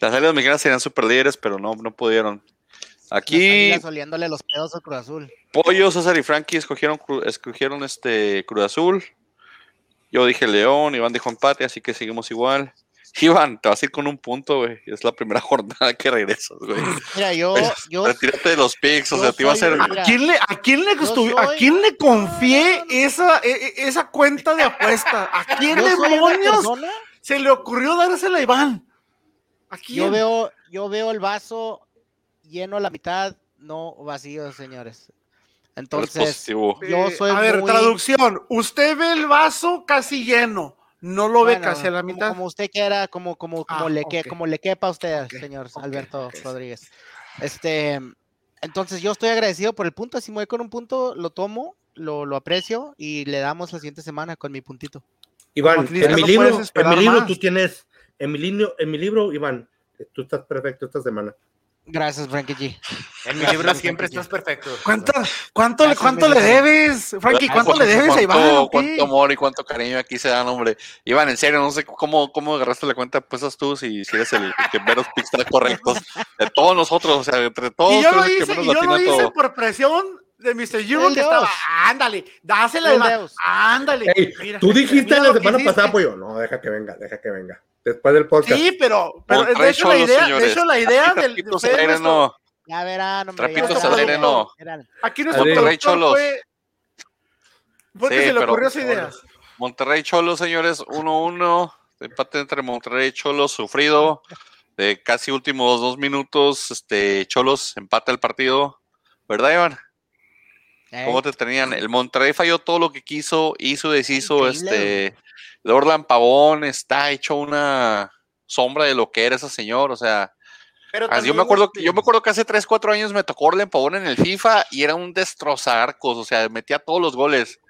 Las águilas mexicanas serían super líderes, pero no, no pudieron. Aquí, Águilas oliéndole los pedos a Cruz Azul. Pollo, César y Frankie escogieron, Cru- escogieron este Cruz Azul. Yo dije León, Iván dijo empate, así que seguimos igual. [LAUGHS] Iván, te vas a ir con un punto, güey. Es la primera [LAUGHS] jornada que regresas, güey. Mira, yo, yo, Retírate de los picks, o yo sea, te iba a soy- hacer. ¿A quién le, a quién le, Yo estuvi- soy- ¿a quién le confié esa, e- e- esa cuenta de apuesta? ¿A [LAUGHS] quién yo soy una demonios persona, se le ocurrió dársela a Iván? ¿A quién? yo veo, yo veo el vaso lleno a la mitad, no vacío, señores. eres Entonces, positivo. yo Eh, soy a ver, muy- traducción. Usted ve el vaso casi lleno, no lo ve bueno, casi a la como- mitad. Como, usted quiera, como, como, como, Ah, le, que, ok. como le quepa a usted, Ok, señor ok, Alberto ok. Rodríguez. Este, entonces yo estoy agradecido por el punto, si me voy con un punto, lo tomo, lo, lo aprecio y le damos la siguiente semana con mi puntito. Iván, Como Cristiano en mi no libro, puedes en esperar mi libro más. tú tienes, en mi, libro, en mi libro, Iván, tú estás perfecto esta semana. Gracias, Frankie G. En mi [LAUGHS] libro siempre estás perfecto. ¿Cuánto, cuánto, le- Gracias, cuánto mi le rey. debes? Frankie, Ay, ¿cuánto le debes a Iván? Cuánto, o qué? cuánto amor y cuánto cariño aquí se dan, hombre. Iván, en serio, no sé cómo, cómo agarraste la cuenta, pues haz tú si, si eres el, el que menos picks trae correctos de todos nosotros, o sea, entre todos. Y yo tú lo eres el que hice, menos y yo le lo atina a hice todo. por presión de Mr. Yugo El que estaba, Dios. ándale, dásela, El Iván, Dios. ándale. Ey, Mira, tú dijiste mira la lo que semana hiciste. pasada, pollo. No, deja que venga, deja que venga. Después del podcast. Sí, pero, pero Con de tres hecho la cholos, idea, de señores. hecho la idea pues, del de Trapitos ustedes, al aire, nuestro- no. Ya verán, hombre. ya Trapitos al verán, aire, ya no. verán. aquí nuestro Adrián. productor Cholos. fue fue que Sí, se le pero- ocurrió esa idea. Monterrey Cholos, señores, 1-1. Empate entre Monterrey y Cholos, sufrido. De casi últimos dos minutos, este Cholos empata el partido. ¿Verdad, Iván? Eh, ¿Cómo te tenían? El Monterrey falló todo lo que quiso, hizo, deshizo. Increíble. Este, Orlan Pavón está hecho una sombra de lo que era ese señor. O sea, Pero Ah, yo también, me acuerdo que este, yo me acuerdo que hace 3, 4 años me tocó Orlen Pavón en el FIFA y era un destrozarcos, o sea, metía todos los goles,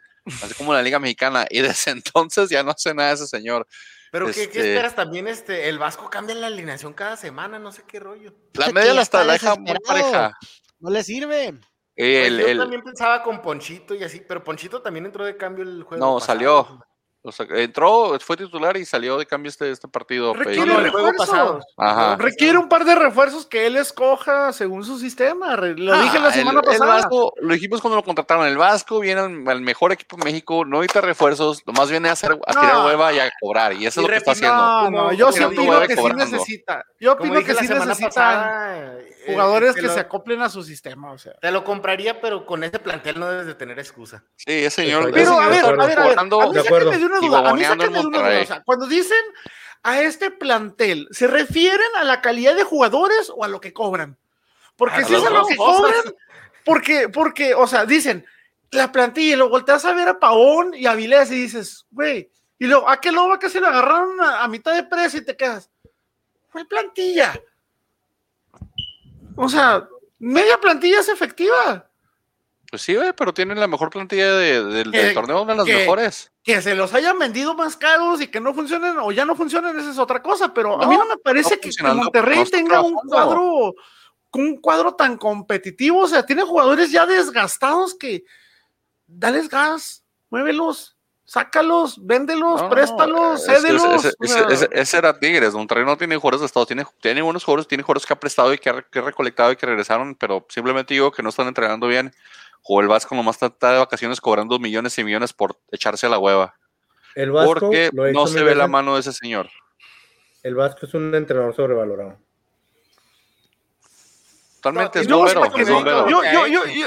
así como en la Liga Mexicana, y [LAUGHS] desde entonces ya no hace nada ese señor. Pero ¿qué- ¿qué, este- esperas también? Este, el Vasco cambia la alineación cada semana, no sé qué rollo. La Dice media que la, ya está, está la deja muy desesperado. pareja. No le sirve. Y Pues el- yo el- también pensaba con Ponchito y así, pero Ponchito también entró de cambio el juego. No, pasado. salió. o sea, entró, fue titular y salió de cambio este, este partido. pe- Requiere no, el juego refuerzos. pasado. Ajá. Requiere un par de refuerzos que él escoja según su sistema. re- Lo dije Ah, la el- semana el pasada. Vasco, lo dijimos cuando lo contrataron. El Vasco viene al, al mejor equipo de México, no necesita refuerzos, nomás viene a, hacer, a No. tirar hueva y a cobrar. Y eso Y es lo que está refinar. haciendo. No, no, Como- yo como sí que opino anduvo que sí cobrando. necesita. Yo Como opino dije que la sí semana necesita pasada, eh, jugadores te que lo- se acoplen a su sistema. O sea. Te lo compraría, pero con ese plantel no debes de tener excusa. Sí, ese señor. ese Pero, Pero, a señor ver, de a acuerdo. está ver, a ver. A jugando- mí De acuerdo. sáquenme de una Y duda. A mí Boboneando en sáquenme de una duda. Monterrey. O sea, cuando dicen a este plantel, ¿se refieren a la calidad de jugadores o a lo que cobran? Porque Ah, si es a las lo dos que cosas. cobran, porque, porque, o sea, dicen la plantilla y lo volteas a ver a Pavón y a Vilés y dices, güey, y luego, ¿a qué lobo a que se lo agarraron a, a mitad de precio y te quedas? Fue plantilla. O sea, media plantilla es efectiva. Pues sí, güey, pero tienen la mejor plantilla de- del, Que- del torneo, una de las que- mejores. que se los hayan vendido más caros y que no funcionen o ya no funcionen, esa es otra cosa, pero a mí no me parece que- que, funcionando, Monterrey no está tenga un trabajando. cuadro un cuadro tan competitivo, o sea, tiene jugadores ya desgastados que dales gas, muévelos, sácalos, véndelos, No, no, préstalos, es- es- cédelos. Ese, o ese- sea, ese- este ese era Tigres. Monterrey no tiene jugadores de estado. Tiene, tiene buenos jugadores, tiene jugadores que ha prestado y que ha, re- que ha recolectado y que regresaron, pero simplemente digo que no están entrenando bien. O el Vasco nomás está, está de vacaciones cobrando millones y millones por echarse a la hueva. El Vasco porque lo he no hecho se mil ve la veces. mano de ese señor. El Vasco es un entrenador sobrevalorado. Totalmente No, es y luego bombero. hasta que es no- bombero. yo, yo- yo- yo-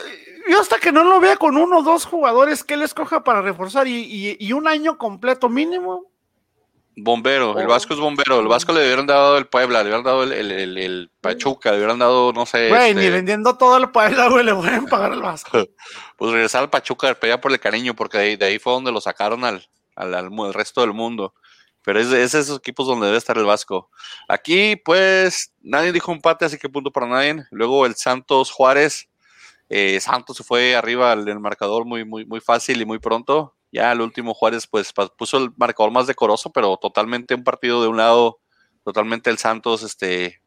yo hasta que no lo vea con uno o dos jugadores que él escoja para reforzar y, y- y un año completo mínimo, Bombero, Oh. el Vasco es bombero. El Vasco le hubieran dado el Puebla, le hubieran dado el, el- el- el Pachuca, le hubieran dado, no sé. güey, este, ni vendiendo todo [LAUGHS] el Puebla, güey, le pueden pagar al Vasco. pues regresar al Pachuca, pelear por el cariño, porque de, de ahí fue donde lo sacaron al, al, al mu- al resto del mundo. Pero es de es de esos equipos donde debe estar el Vasco. Aquí, pues, nadie dijo empate, así que punto para nadie. Luego el Santos Juárez. Eh, Santos se fue arriba al- del marcador muy, muy, muy fácil y muy pronto. Ya el último Juárez, pues, pa- puso el marcador más decoroso, pero totalmente un partido de un lado, totalmente el Santos, este,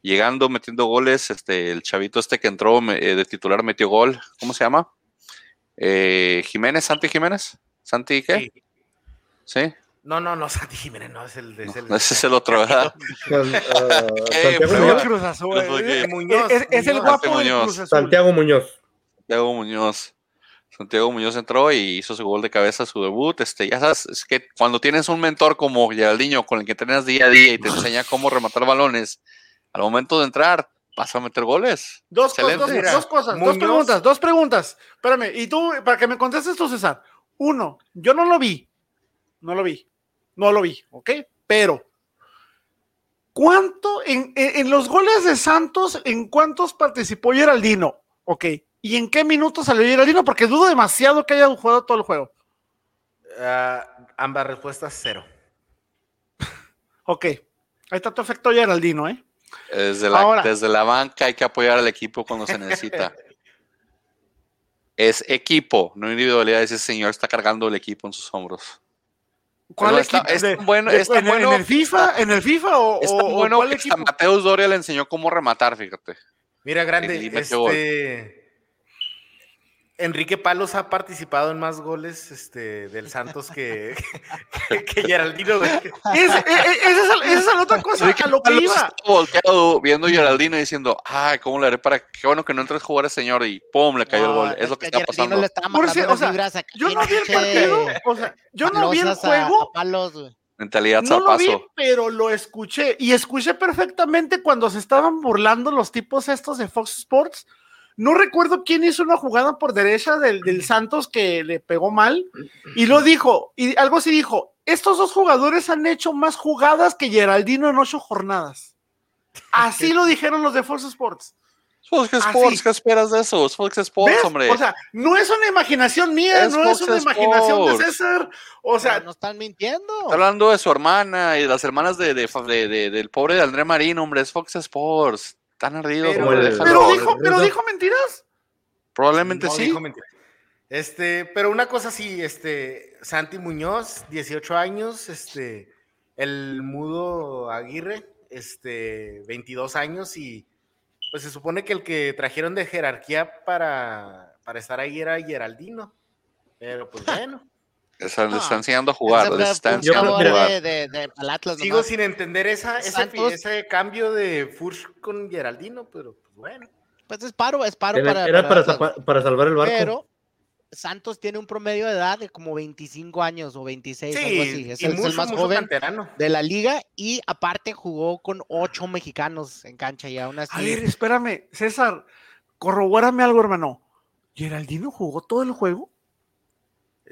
llegando, metiendo goles. Este, el chavito este que entró me- eh, de titular metió gol. ¿Cómo se llama? Eh, Jiménez, Santi Jiménez. ¿Santi qué? Sí. Sí. No, no, [LAUGHS] no, Santi Jiménez, no, es el de No, ese es el otro, ¿verdad? [LAUGHS] San- ah, Eh, Santiago, pero- Fue el Muñoz, Cruz Azul, Cruz Azul, eh. sí. Muñoz, Es, es el Muñoz. guapo Santiago del Muñoz. Cruz Azul. Santiago Muñoz. Santiago Muñoz. Santiago Muñoz entró y hizo su gol de cabeza, su debut. Este, ya sabes, es que cuando tienes un mentor como Geraldinho, con el que entrenas día a día y te enseña cómo rematar balones, al momento de entrar, vas a meter goles. Dos, cosas, Excelente. dos, Mira, dos cosas, Muñoz. dos preguntas, dos preguntas. Espérame, y tú, para que me contestes tú, César. Uno, yo no lo vi. No lo vi. No lo vi, ¿ok? Pero, ¿cuánto en, en- en los goles de Santos, en cuántos participó Geraldino? ¿Ok? ¿Y en qué minutos salió Geraldino? Porque dudo demasiado que haya jugado todo el juego. Ah, ambas respuestas cero. Ok. Ahí está tu efecto Geraldino, ¿eh? Desde la, Ahora. desde la banca hay que apoyar al equipo cuando se necesita. Es equipo, no individualidad. Ese señor está cargando el equipo en sus hombros. ¿Cuál Pero está- equipo? es De- tan bueno- de- es tan en, en bueno- el FIFA? ¿En el FIFA o, Es o- tan o bueno cuál que hasta equipo? Mateus Doria le enseñó cómo rematar, fíjate. Mira, grande, Y metió gol. este. Enrique Palos ha participado en más goles este, del Santos que, [LAUGHS] que, que Geraldino. güey. [LAUGHS] Es- e- e- Esa es, esa es [LAUGHS] la otra cosa, a lo que Carlos iba. estaba volteado viendo a Geraldino y diciendo, ay, ¿cómo le haré para qué bueno que no entres a jugar ese señor? Y pum, le cayó el Ah, gol. Es lo que está Gerardino pasando. le estaba Por matando si- o las sea, vibras acá Yo en no vi el pinche partido, o sea, yo no vi el palosas a- juego, a palos, güey. Mentalidad no lo vi, zarpazo. pero lo escuché y escuché perfectamente cuando se estaban burlando los tipos estos de Fox Sports. No recuerdo quién hizo una jugada por derecha del, del Santos que le pegó mal y lo dijo, y algo así dijo, estos dos jugadores han hecho más jugadas que Geraldino en [LAUGHS] ocho jornadas. Así lo dijeron los de Fox Sports. Fox Así. Sports, ¿qué esperas de eso? Es Fox Sports, Ah, ¿Ves? hombre. O sea, no es una imaginación mía, Es no Fox es una imaginación de Sports. César. O sea, Pero no están mintiendo. Está hablando de su hermana y de las hermanas de, de- de- de- del pobre de André Marín, hombre, es Fox Sports. Están ardidos, Pero- hombre, pero déjalo. pero dijo, pero Rizzo. dijo mentiras. Probablemente No sí. dijo mentira. Este, pero una cosa sí, este, Santi Muñoz, 18 años, este, el mudo Aguirre, este, 22 años y pues se supone que el que trajeron de jerarquía para, para estar ahí era Geraldino. Pero [LAUGHS] pues bueno, Esa- les No. está enseñando a jugar, Ese les fue está un pues, enseñando a jugador jugar. de, de, de- al Atlas sigo nomás. sin entender esa, ese, fi- Santos. ese cambio de Furch con Geraldino, pero pues bueno. Pues es paro, es paro Era, para. era para, Atlas, sapa- para salvar el barco. Pero Santos tiene un promedio de edad de como 25 años o 26, algo así. Sí, Es, y el- es mucho, el más mucho joven canterano. de la liga y aparte jugó con ocho mexicanos en cancha y aún así. A ver, espérame, César, corrobórame algo, hermano. ¿Geraldino jugó todo el juego?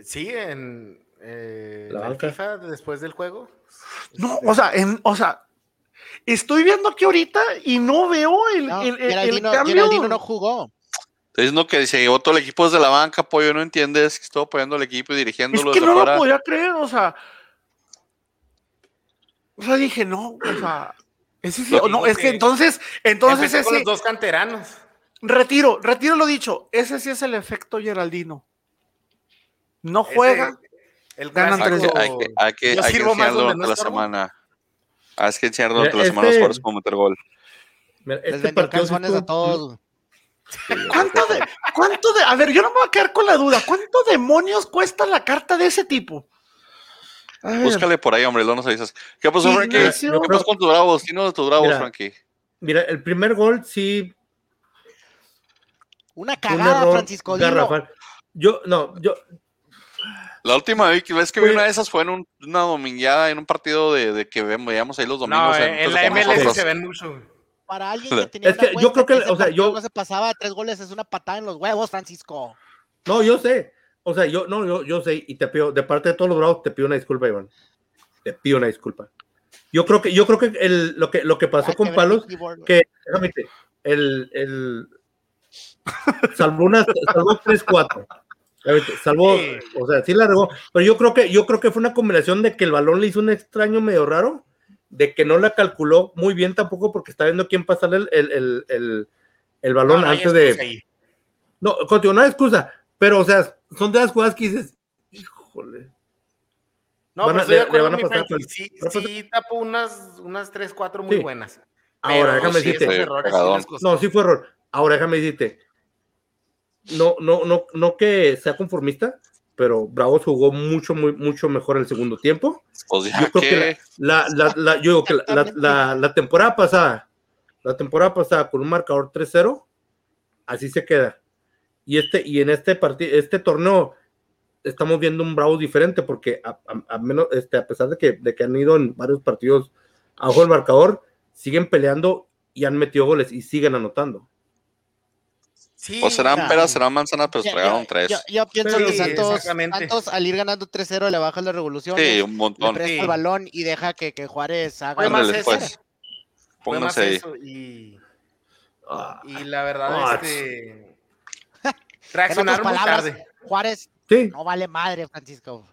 Sí, en eh, La la banca. FIFA después del juego. No, o sea, en, o sea, estoy viendo aquí ahorita y no veo el, No, el- el- el Geraldino, cambio. Geraldino no jugó. Estoy diciendo que se llevó todo el equipo desde la banca, pollo, no entiendes que estuvo apoyando al equipo y es dirigiéndolo que desde no afuera. lo podía creer, o sea. O sea, dije, no, o sea, ese sí, Lo o no, es que que- entonces, entonces Entonces con ese, los dos canteranos. retiro, retiro lo dicho, ese sí es el efecto Geraldino. No Ese- juega. el Ganan Hay que, clásico. hay que, hay que, Yo hay que sirvo más enseñarlo donde durante no la estorbo. semana. Hay que enseñarlo Mira, durante la semana a los este- jugadores cómo meter gol. Mira, Les este vendió partido sí calzones estuvo- a todos. güey. ¿Cuánto de, cuánto de, a ver, yo no me voy a quedar con la duda, ¿cuánto demonios cuesta la carta de ese tipo? A ver, Búscale por ahí, hombre, luego nos avisas. ¿Qué pasó, Frankie? Ignacio- ¿Qué pasó con tus bravos? Dinos de tus bravos, Mira. Frankie. Mira, el primer gol sí Una fue un cagada, error Francisco Dino. garrafal. Yo, no, yo, La última vez que vez que vi Oye. una de esas fue en un- una domingueada, en un partido de, de que vemos- veíamos ahí los domingos. no, en, entonces, la con MLS nosotros. se ven mucho. Para alguien que tenía Es una que yo apuesta creo que, ese o sea, partido yo- no se pasaba tres goles, es una patada en los huevos, Francisco. no, yo sé. O sea, yo, no, yo, yo sé y te pido, de parte de todos los bravos, te pido una disculpa, Iván. Te pido una disculpa. Yo creo que, yo creo que el, lo que, lo que pasó Hay que con ver Palos el keyboard, güey. que déjame te- el, el salvó unas salvó 3-4 Déjame te- salvó Sí. o sea sí largó pero yo creo que yo creo que fue una combinación de que el balón le hizo un extraño medio raro de que no la calculó muy bien tampoco porque está viendo quién pasarle el, el, el, el- el balón No, no hay antes de excusa ahí. no contigo no hay excusa pero o sea son de las jugadas que dices híjole No, van pero a- estoy le- de le acuerdo van a con mi pasar Frankie. con- Sí, van a pasar- sí tapó unas, unas 3, 4 muy Sí. buenas. ahora Pero déjame sí, decirte esos Sí, errores sí cagadón. les costó. No, sí fue error. Ahora déjame decirte. No, no, no, no que sea conformista, pero Bravos jugó mucho, muy, mucho mejor el segundo tiempo. O sea, Yo creo que- que la, la, la- la- yo digo que la, la- la- la temporada pasada, la temporada pasada con un marcador 3-0, así se queda. Y este, y en este partido, este torneo, estamos viendo un Bravos diferente, porque a, a- a menos, este, a pesar de que, de que han ido en varios partidos abajo el marcador, siguen peleando y han metido goles y siguen anotando. Sí, o serán mira, peras, serán manzanas, pero Ya- tragaron ya- pues tres. Yo, yo pienso Sí, que Santos, exactamente. Santos, al ir ganando 3-0 le baja la revolución, sí, le un presta montón. Sí. el balón y deja que, que Juárez haga Fue lo que más Ándale, eso. quiera. pues. Fue más Pónganse ahí. eso y, Ah, y la verdad, Ah, [LAUGHS] este. En otras Reaccionaron muy palabras, tarde. Juárez sí, no vale madre, Francisco.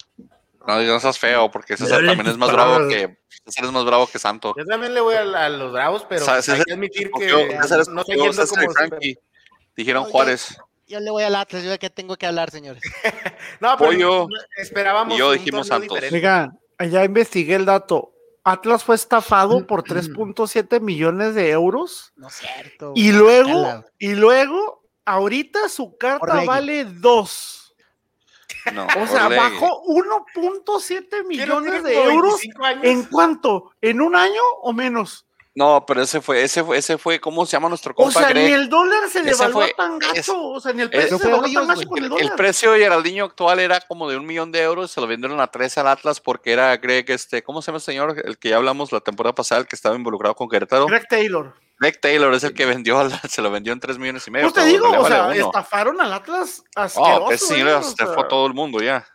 No, no seas feo, porque César Dale también es más tus bravo palabras. que. César es más bravo que Santo. Yo también le voy a, a los bravos, pero O sea, hay César que admitir que eh, Escogió- César escogió no estoy yendo César y como Frankie. Dijeron Oye. Juárez. Yo le voy al Atlas, yo de qué tengo que hablar, señores. No, Pollo pero esperábamos. y yo un dijimos torneo Santos. diferente. Oigan, ya investigué el dato. Atlas fue estafado por 3.7 millones de euros. No es cierto. Y güey. luego, Cala. y luego, ahorita su carta Orlegui. vale 2. No, O sea, Orlegui. bajó 1.7 ¿Quién no millones tiene de como euros. 25 años? ¿En cuánto? ¿En un año o menos? No, pero ese fue, ese fue, ese fue, ¿cómo se llama nuestro O compa sea, Greg? ni el dólar se Ese devaluó fue- tan gacho. es- o sea, ni el es- peso se Fue devaluó ellos, tan gacho güey. con el El, dólar. el precio de Geraldinho actual era como de un millón de euros, se lo vendieron a tres al Atlas porque era Greg, este, ¿cómo se llama el señor? El que ya hablamos la temporada pasada, el que estaba involucrado con Querétaro. Greg, Greg Taylor. Taylor es el que vendió, al- [LAUGHS] se lo vendió en tres millones y medio. Pues te pero digo, le o vale sea, uno. estafaron al Atlas asqueroso. Oh, ese señor ¿eh? O hasta sea, fue todo el mundo ya.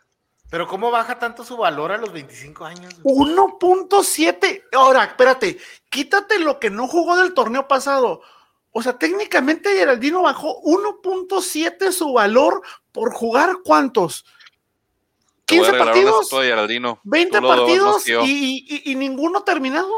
Pero ¿cómo baja tanto su valor a los 25 años? güey? 1.7. Ahora, espérate, quítate lo que no jugó del torneo pasado. O sea, técnicamente Geraldino bajó 1.7 su valor por jugar cuántos? Te voy a 15 regalar una partidos, estatua de Geraldino. Tú 20 lo dabas más partidos que yo. y, y- y ninguno terminado.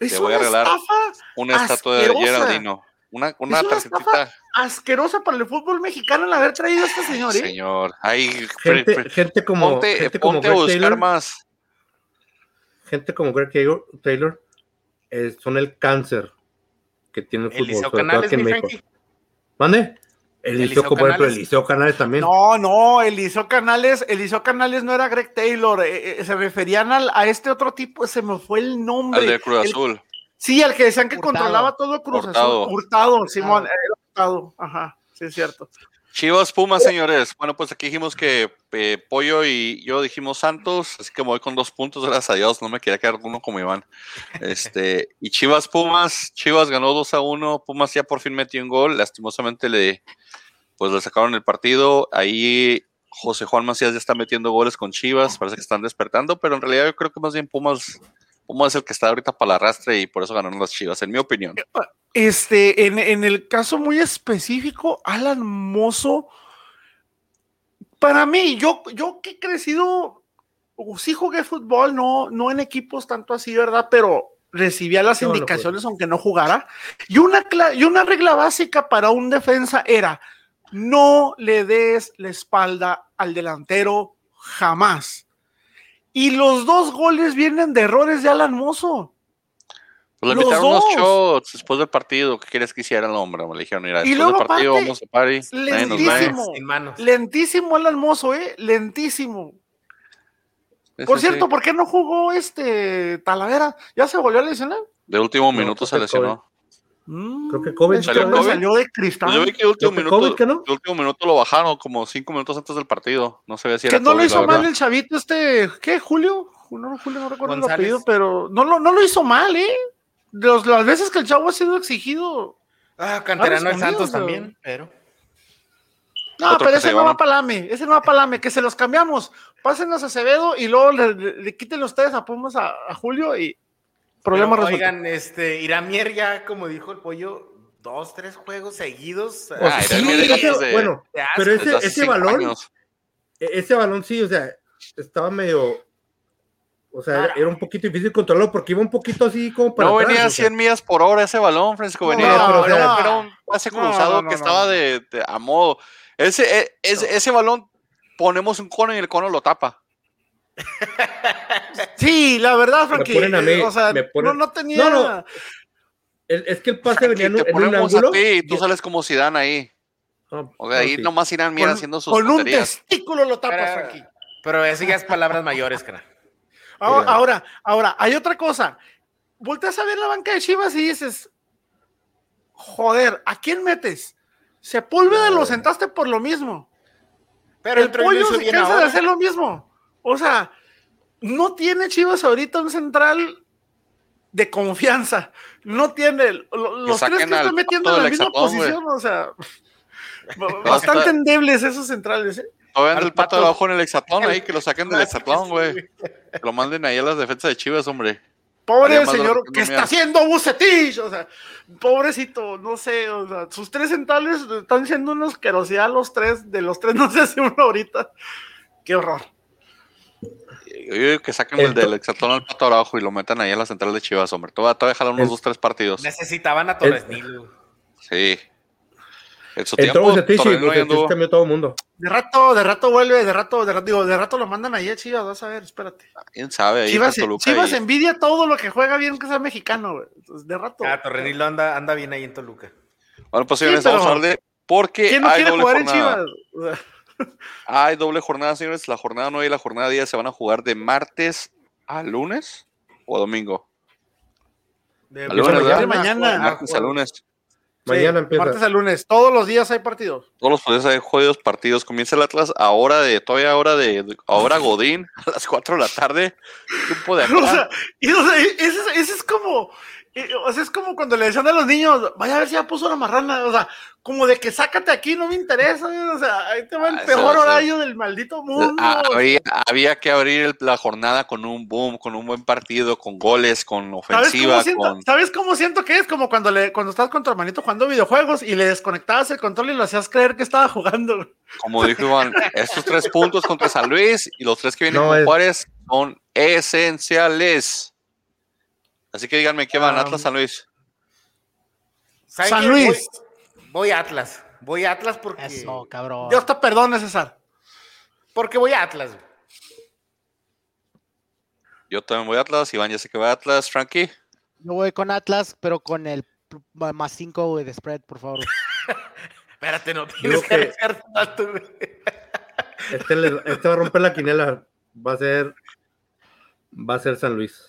Es Te voy a una regalar estafa Una estatua de asquerosa. Geraldino. Una, una Es una estafa tarjetita. asquerosa para el fútbol mexicano el haber traído a este señor. ¿eh? Señor. Ay, pre- Gente, pre- gente como, ponte, gente como ponte a Greg buscar Taylor, más. gente como Greg Taylor, Taylor, eh, son el cáncer que tiene el fútbol, Eliseo sobre todo Canales, aquí en mi México. Frankie. ¿Mande? El Eliseo Liceo, por ejemplo, Canales. el Liceo Canales también. No, no, Eliseo Canales, Eliseo Canales no era Greg Taylor, eh, eh, se referían al, a este otro tipo, se me fue el nombre. Al de Cruz El- Azul. sí, al que decían que Hurtado. controlaba todo Cruz Azul. Hurtado. Ah. Hurtado, Simón, era Hurtado, ajá, sí es cierto. Chivas Pumas, señores. Bueno, pues aquí dijimos que eh, Pollo y yo dijimos Santos, así que me voy con dos puntos, gracias a Dios. No me quería quedar uno como Iván. Este, y Chivas Pumas, Chivas ganó 2 a 1. Pumas ya por fin metió un gol. Lastimosamente le, pues, le sacaron el partido. Ahí José Juan Macías ya está metiendo goles con Chivas. Parece que están despertando, pero en realidad yo creo que más bien Pumas, Pumas es el que está ahorita para el arrastre y por eso ganaron las Chivas, en mi opinión. Este, en, en el caso muy específico, Alan Mozo, para mí, yo, yo que he crecido, o sí jugué fútbol, no, no en equipos tanto así, ¿verdad? Pero recibía las Yo no indicaciones aunque no jugara. Y una, cla- y una regla básica para un defensa era, no le des la espalda al delantero jamás. Y los dos goles vienen de errores de Alan Mozo. Pues le Los invitaron unos dos. shots después del partido. ¿Qué quieres que hiciera el hombre? Me le dijeron, mira, Y después luego, del partido aparte, vamos a party. Nadie nos ve. lentísimo. Sin manos. Lentísimo Alan Mozo, ¿eh? Lentísimo. Sí, Por sí, cierto, sí. ¿por qué no jugó este Talavera? ¿Ya se volvió a lesionar? de último No, minuto creo se que lesionó. Creo que Kovic salió, salió. Este, salió de Pues yo vi cristal. que de último, ¿No fue minuto, COVID, que no? de último minuto lo bajaron como cinco minutos antes del partido. No se ve si era Que no lo COVID, la hizo mal verdad. el chavito este, ¿qué? Julio, no, Julio, no recuerdo González. el apellido, pero no lo, no lo hizo mal, ¿eh? Los- las veces que el chavo ha sido exigido. Ah, Canterano Ah, de Santos escondidos, también, pero. No, Otro que pero se ese no va llevaron. para Lame, ese no va para Lame, que se los cambiamos. Pásenlos a Acevedo y luego le, le- le quiten ustedes a Pumas a, a Julio y problema Pero, resuelto. Oigan, este, Iramier ya, como dijo el pollo, dos, tres juegos seguidos. O sea, Ah, eh, era sí, el medio ese- desde- bueno, de pero asco. ese, Desde hace ese cinco balón, años. e- ese balón sí, o sea, estaba medio, o sea, Claro. era un poquito difícil controlarlo porque iba un poquito así como para No atrás, venía a o sea. 100 millas por hora ese balón, Francisco. No, Venía, pero, o era, sea, era un pase no, cruzado no, no, que no, estaba no. de, de- a modo. Ese, e- ese, ese balón, ponemos un cono y el cono lo tapa. Sí, la verdad, Frankie. ponen a mí, eh, o sea, me ponen- no, no tenía. No, no. El- es que el pase Y venía en, un- te en un ponemos a ángulo. ti y tú y- ah, sales como Zidane ahí. no, O sea, ahí sí. nomás irán mira Con- haciendo sus Con un tonterías. testículo lo tapas, Pero- Frankie. Pero eso ya es palabras mayores, cara. Ahora, Mira. ahora, ahora, hay otra cosa. Volteas a ver la banca de Chivas y dices, joder, ¿a quién metes? Sepúlveda lo sentaste por lo mismo. Pero El entró y lo pollo hizo se bien cansa de ahora. hacer lo mismo. O sea, no tiene Chivas ahorita un central de confianza. No tiene. lo- Los tres saquen que al están metiendo pato en la del misma hexatón, güey. posición, [LAUGHS] o sea, [LAUGHS] bastante está- endebles esos centrales. ¿eh? Todavía anda Al el pato pato. de abajo en el hexatlón ahí, que lo saquen del Ah, hexatlón, sí, güey. Que lo manden ahí a las defensas de Chivas, hombre. Pobre Haría el más dolor señor que que no está mea. haciendo Bucetich, o sea, pobrecito, no sé, o sea, sus tres centrales están siendo una asquerosidad los tres, de los tres [LAUGHS] no sé si uno ahorita. Qué horror. Yo digo que saquen el Ento- del hexatlón al pato de abajo y lo metan ahí a la central de Chivas, hombre. Todavía, todavía jalan unos El- dos, tres partidos. Necesitaban a Torres Nilo. Sí. En su Entró tiempo, Bucetich y Torreño ahí Bucetich anduvo. cambió todo el mundo. De rato, de rato vuelve, de rato, de rato, digo, de rato lo mandan ahí a Chivas, vas a ver, espérate. ¿Quién sabe? Ahí Chivas, está Toluca Chivas y- envidia todo lo que juega bien que sea mexicano, güey. Entonces, de rato. Ah, Torrenilo anda, anda bien ahí en Toluca. Bueno, pues Sí, señores, pero- vamos a hablar de... Porque ¿Quién no hay quiere doble jugar en jornada. Chivas? O sea, Hay doble jornada, señores. La jornada 9 y la jornada 10 se van a jugar de martes a lunes o a domingo. De, Al lunes, ya ¿verdad? de mañana. Martes a lunes. Mañana sí, empieza. Martes a lunes, todos los días hay partido. Todos los podías haber jodidos partidos. Comienza el Atlas ahora de, todavía ahora de, de- ahora Godín, [LAUGHS] a las 4 de la tarde. Grupo de acá. [LAUGHS] O sea, y, o sea, y- ese, es- ese es como, eh, o sea, es como cuando le decían a los niños, vaya a ver si ya puso la marrana, o sea, como de que sácate aquí, no me interesa, eh, o sea, ahí te va el Ah, eso, peor eso. horario del maldito mundo. Ah, había, había que abrir el- la jornada con un boom, con un buen partido, con goles, con ¿Sabes cómo, ofensiva, siento, con ¿Sabes cómo siento que es? Como cuando le, cuando estás con tu hermanito jugando videojuegos y le desconectabas el control y lo hacías creer que estaba jugando. como dijo Iván, estos tres puntos contra San Luis y los tres que vienen No, con es- Juárez son esenciales. Así que díganme qué van, Ah, Atlas San Luis. ¿Saben San qué? Luis. Voy, voy a Atlas. Voy a Atlas porque. Eso, cabrón. Dios te perdone, César. Porque voy a Atlas. güey. Yo también voy a Atlas, Iván ya sé que va a Atlas, Frankie. Yo voy con Atlas, pero con el pl- ma- más 5 de spread, por favor. Espérate, no tienes Digo que que- arriesgar tanto, güey. Este, le- este va a romper la quinela. Va a ser. Va a ser San Luis.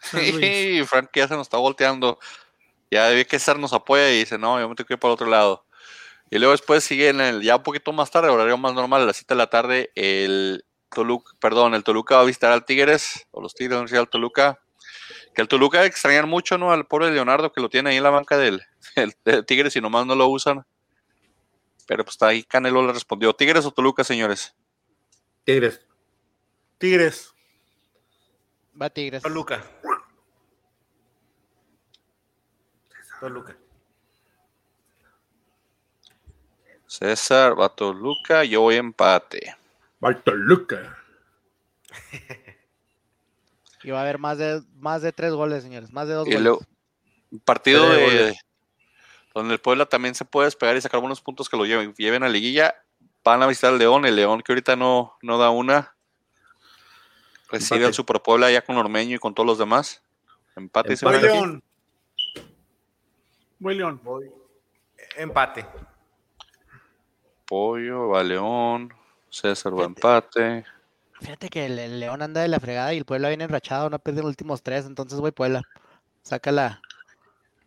San Luis. Sí, Frankie ya se nos está volteando. Ya vi que César nos apoya y dice, no, yo me tengo que ir para el otro lado. Y luego después sigue en el, ya un poquito más tarde, horario más normal, a las 7 de la tarde, el Toluca, perdón, el Toluca va a visitar al Tigres, o los Tigres van a visitar al Toluca. Que el Toluca extrañar mucho, ¿no? Al pobre Leonardo que lo tiene ahí en la banca del, [LAUGHS] del- del Tigres y nomás no lo usan. Pero pues ahí Canelo le respondió, ¿Tigres o Toluca, señores? Tigres. Tigres. Va Tigres. Toluca. Toluca. César va a Toluca, yo voy empate. Va el Toluca. Y va a haber más de, más de tres goles, señores. Más de dos Y goles. luego, un partido Tres de- goles. donde el Puebla también se puede despegar y sacar buenos puntos que lo lleven, lleven a liguilla. Van a visitar al León, el León que ahorita no, no da una. Recibe Empate. al Super Puebla ya con Ormeño y con todos los demás. Empate, dice Empate. Voy Frankie. León. Voy León. Empate. Pollo, va León, César va empate. Fíjate que el, el León anda de la fregada y el Puebla viene enrachado. No ha perdido los últimos tres. Entonces, voy Puebla. Saca la,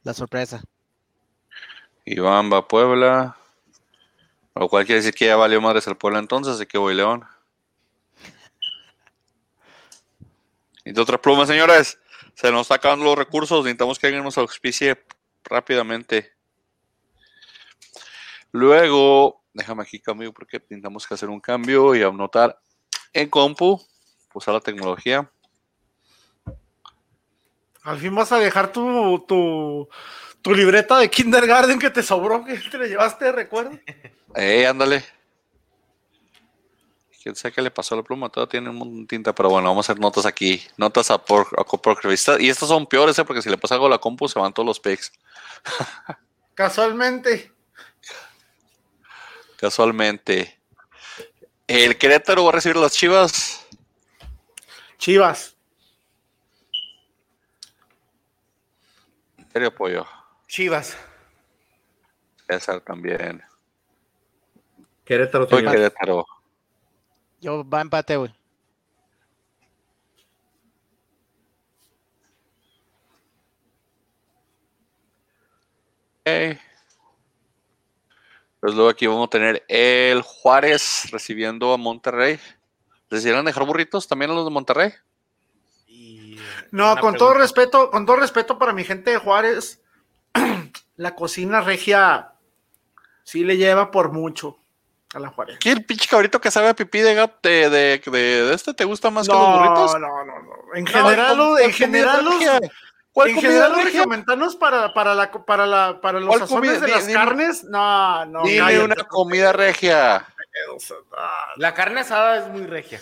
la sorpresa. Iván va a Puebla. Lo cual quiere decir que ya valió madres el Puebla entonces, así que voy León. Y de otra pluma, señores. Se nos está acabando los recursos. Necesitamos que alguien nos auspicie rápidamente. Luego, déjame aquí cambio porque necesitamos que hacer un cambio y anotar en compu, usar la tecnología. Al fin vas a dejar tu, tu, tu libreta de kindergarten que te sobró, que te la llevaste [LAUGHS] de recuerdo. Eh, ándale. Quién sabe qué le pasó a la pluma, todavía tiene un montón de tinta, pero bueno, vamos a hacer notas aquí. Notas a por, a por- por- esta- Y estas son peores, ¿eh? porque si le pasa algo a la compu, se van todos los picks. Casualmente. Casualmente. El Querétaro va a recibir a las chivas. Chivas. Serio apoyo. Chivas. César también. Querétaro, Soy señor. Querétaro. Yo va empate, güey. Ok. Pues luego aquí vamos a tener el Juárez recibiendo a Monterrey. ¿Decidieron dejar burritos también a los de Monterrey? Y, eh, No, una con todo pregunta. respeto, con todo respeto para mi gente de Juárez, [CLEARS THROAT] la cocina regia sí le lleva por mucho a la Juárez. ¿Qué el pinche cabrito que sabe a pipí de gato de, de, de- de este te gusta más que los burritos? no, no, no, no. En general, los- en general, los, ¿Cuál en comida general los regia? regiomontanos para, para, la, co- para, la, para los ¿Cuál sazones comida? de Di- las dime- carnes, no, no. Dime cállate, una Ah. no comida regia. puedo, o sea, no. La carne asada es muy regia.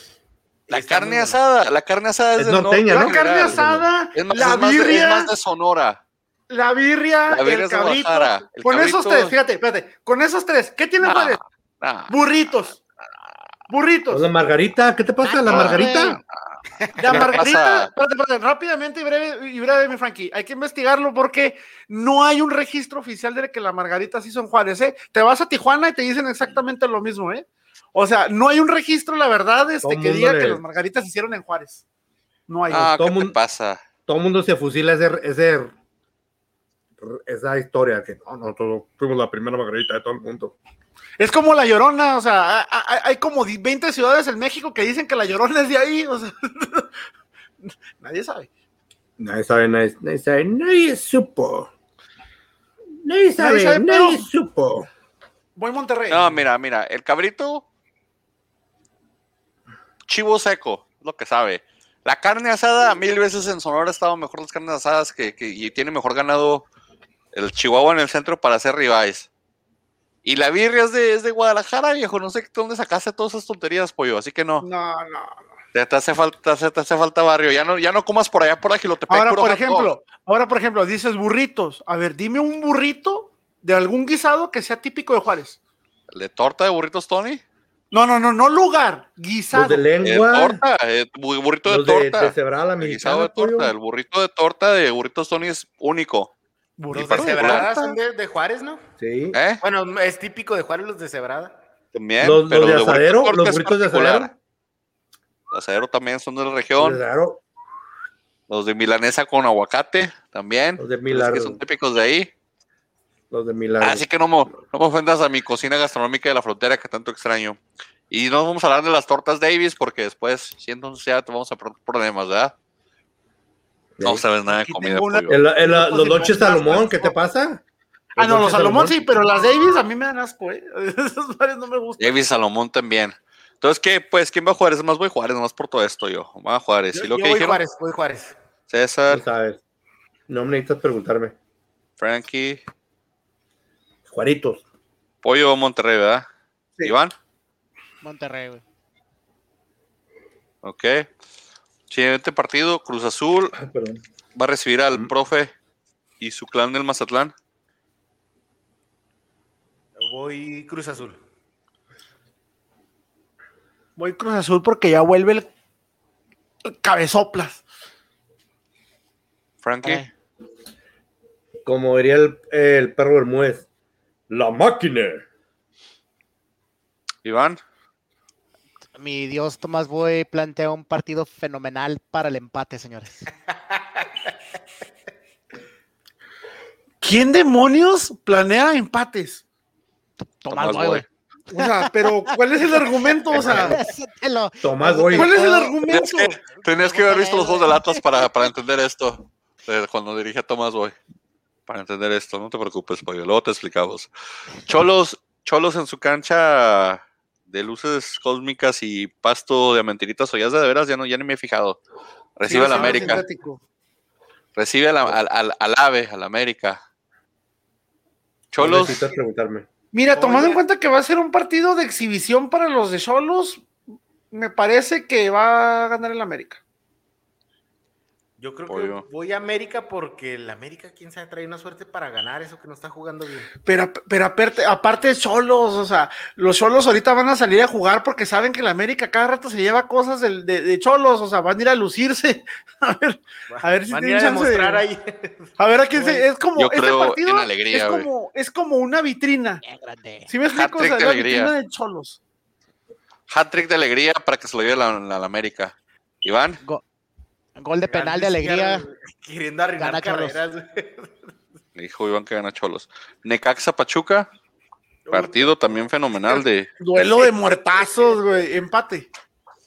La Está muy carne buena. asada. La carne asada es, Es del norte norteña, en ¿no? La carne general. asada, Es más, la es más de- es birria, más de Sonora. la birria, La birria el es de cabrito. Guadalajara, el con esos cabrito. tres, fíjate, espérate. Con esos tres, ¿qué tiene Nah, Juárez? nah. Burritos. Burritos. Hola, Margarita, ¿qué te pasa, la Ah, Margarita? La ¿Qué le margarita, pasa? espérate, espérate, rápidamente y breve, y breve, mi Frankie. Hay que investigarlo porque no hay un registro oficial de que la margarita sí son Juárez, ¿eh? Te vas a Tijuana y te dicen exactamente lo mismo, ¿eh? O sea, no hay un registro, la verdad, Todo este, el que mundo diga le- que las margaritas se hicieron en Juárez. No hay. Ah, todo ¿qué te mundo- pasa? Todo el mundo se fusila ese, ese, esa historia que no, nosotros fuimos la primera Margarita de todo el mundo. Es como la llorona, o sea, ha- ha- hay como di- 20 ciudades en México que dicen que la llorona es de ahí, o sea. [LAUGHS] Nadie sabe. Nadie sabe, nadie, nadie sabe, nadie supo. Nadie sabe, nadie, sabe, pero- supo. Voy a Monterrey. No, mira, mira, el cabrito, chivo seco, lo que sabe. La carne asada, mil veces en Sonora estaban mejor las carnes asadas que, que- y tiene mejor ganado el Chihuahua en el centro para hacer ribeyes. Y la birria es de, es de Guadalajara, viejo. No sé dónde sacaste todas esas tonterías, pollo. Así que no, No, no. te, te hace falta, te hace, te hace falta barrio. Ya no, ya no comas por allá por Agilotepec. Ahora, puro por hot dog. ejemplo, ahora, por ejemplo, dices burritos. A ver, dime un burrito de algún guisado que sea típico de Juárez. ¿El de torta de burritos, Tony? No, no, no, no lugar, Los guisado. de Eh, lengua, torta, eh, bu- burrito de los de, torta. de cebrada El guisado mexicana, de torta, el pollo. burrito de torta de burritos Tony es único. Burrito. Ah, Y para- Deshebrada son de, de Juárez, ¿no? Sí. ¿Eh? Bueno, es típico de Juárez los de Cebrada. También. Los- los pero de el burrito asadero, torta los es burritos de particular. asadero. De asadero también son de la Los de región. Claro, Los de milanesa con aguacate también. los [LAUGHS] de Los Milar, que son típicos de Ah, ahí. los de Milar. Así que no me, no me ofendas a mi cocina gastronómica de la frontera que tanto extraño. Y no vamos a hablar de las tortas Davis porque después, siendo un SEAT, vamos a pro- problemas, ¿verdad? No sabes nada de Aquí comida. tengo una- pollo. El- el- Pues los si lonches compras Salomón, algo. ¿qué te pasa? Ah, no, los lonches Salomón sí, pero las Davis a mí me dan asco, ¿eh? [LAUGHS] Esos bares no me gustan. Davis Salomón también. Entonces, ¿qué? Pues, ¿quién va a jugar? Es más voy a jugar, nomás por todo esto yo. Voy a jugar. Y Yo, lo yo que voy dijeron, Juárez, voy Juárez. No César, sabes. No me necesitas preguntarme. Frankie, Juaritos. Pollo Monterrey, ¿verdad? Sí. Iván, Monterrey, güey. ok. Siguiente partido, Cruz Azul Ay, Ah, perdón. va a recibir al Mm. profe y su clan del Mazatlán. Voy Cruz Azul. Voy Cruz Azul porque ya vuelve el, el cabezoplas. Frankie, Eh, Como diría el, el perro Bermúdez. La máquina. Iván, Mi Dios, Tomás Boy plantea un partido fenomenal para el [LAUGHS] empate, señores. ¿Quién demonios planea empates? Tomás Tomás Boy, Boy. güey. O sea, pero ¿cuál es el argumento? O sea, Ese te lo- Tomás ese Boy. te ¿cuál es el puedo- argumento? tenías que haber visto los juegos del Atlas para, para entender esto, de cuando dirige a Tomás Boy. Para entender esto, no te preocupes, Pollo, luego te explicamos. Cholos, Cholos en su cancha de luces cósmicas y pasto de mentiritas o ya de veras, ya, no, ya ni me he fijado. Recibe al Sí, América. sintético. Recibe a la- al, al, al AVE, al América. No Cholos, necesitas preguntarme. Mira, tomando en Oye. cuenta que va a ser un partido de exhibición para los de Solos, me parece que va a ganar el América. Yo creo Voy yo. que voy a América porque el América, quién sabe, trae una suerte para ganar eso que no está jugando bien. Pero, pero aparte, aparte Solos, o sea, los Solos ahorita van a salir a jugar porque saben que el América cada rato se lleva cosas del- de, de Cholos, o sea, van a ir a lucirse. [LAUGHS] A ver, A ver si Van a ir tienen a chance de- demostrar ahí. a ver a quién se. Es como. Yo este creo partido en alegría, es güey. como, es como una vitrina. Bien grande. Si me explico, o sea, Hat-trick de la Ah, alegría. vitrina de Cholos. hat-trick de alegría para que se lo lleve la, la- la América. Iván, Go- Gol de penal Grandes de alegría. quieren- Queriendo arruinar Gana Cholos. carreras. güey. le dijo Iván que gana Cholos. Necaxa Pachuca, partido también fenomenal de. Duelo de muertazos, güey. Empate.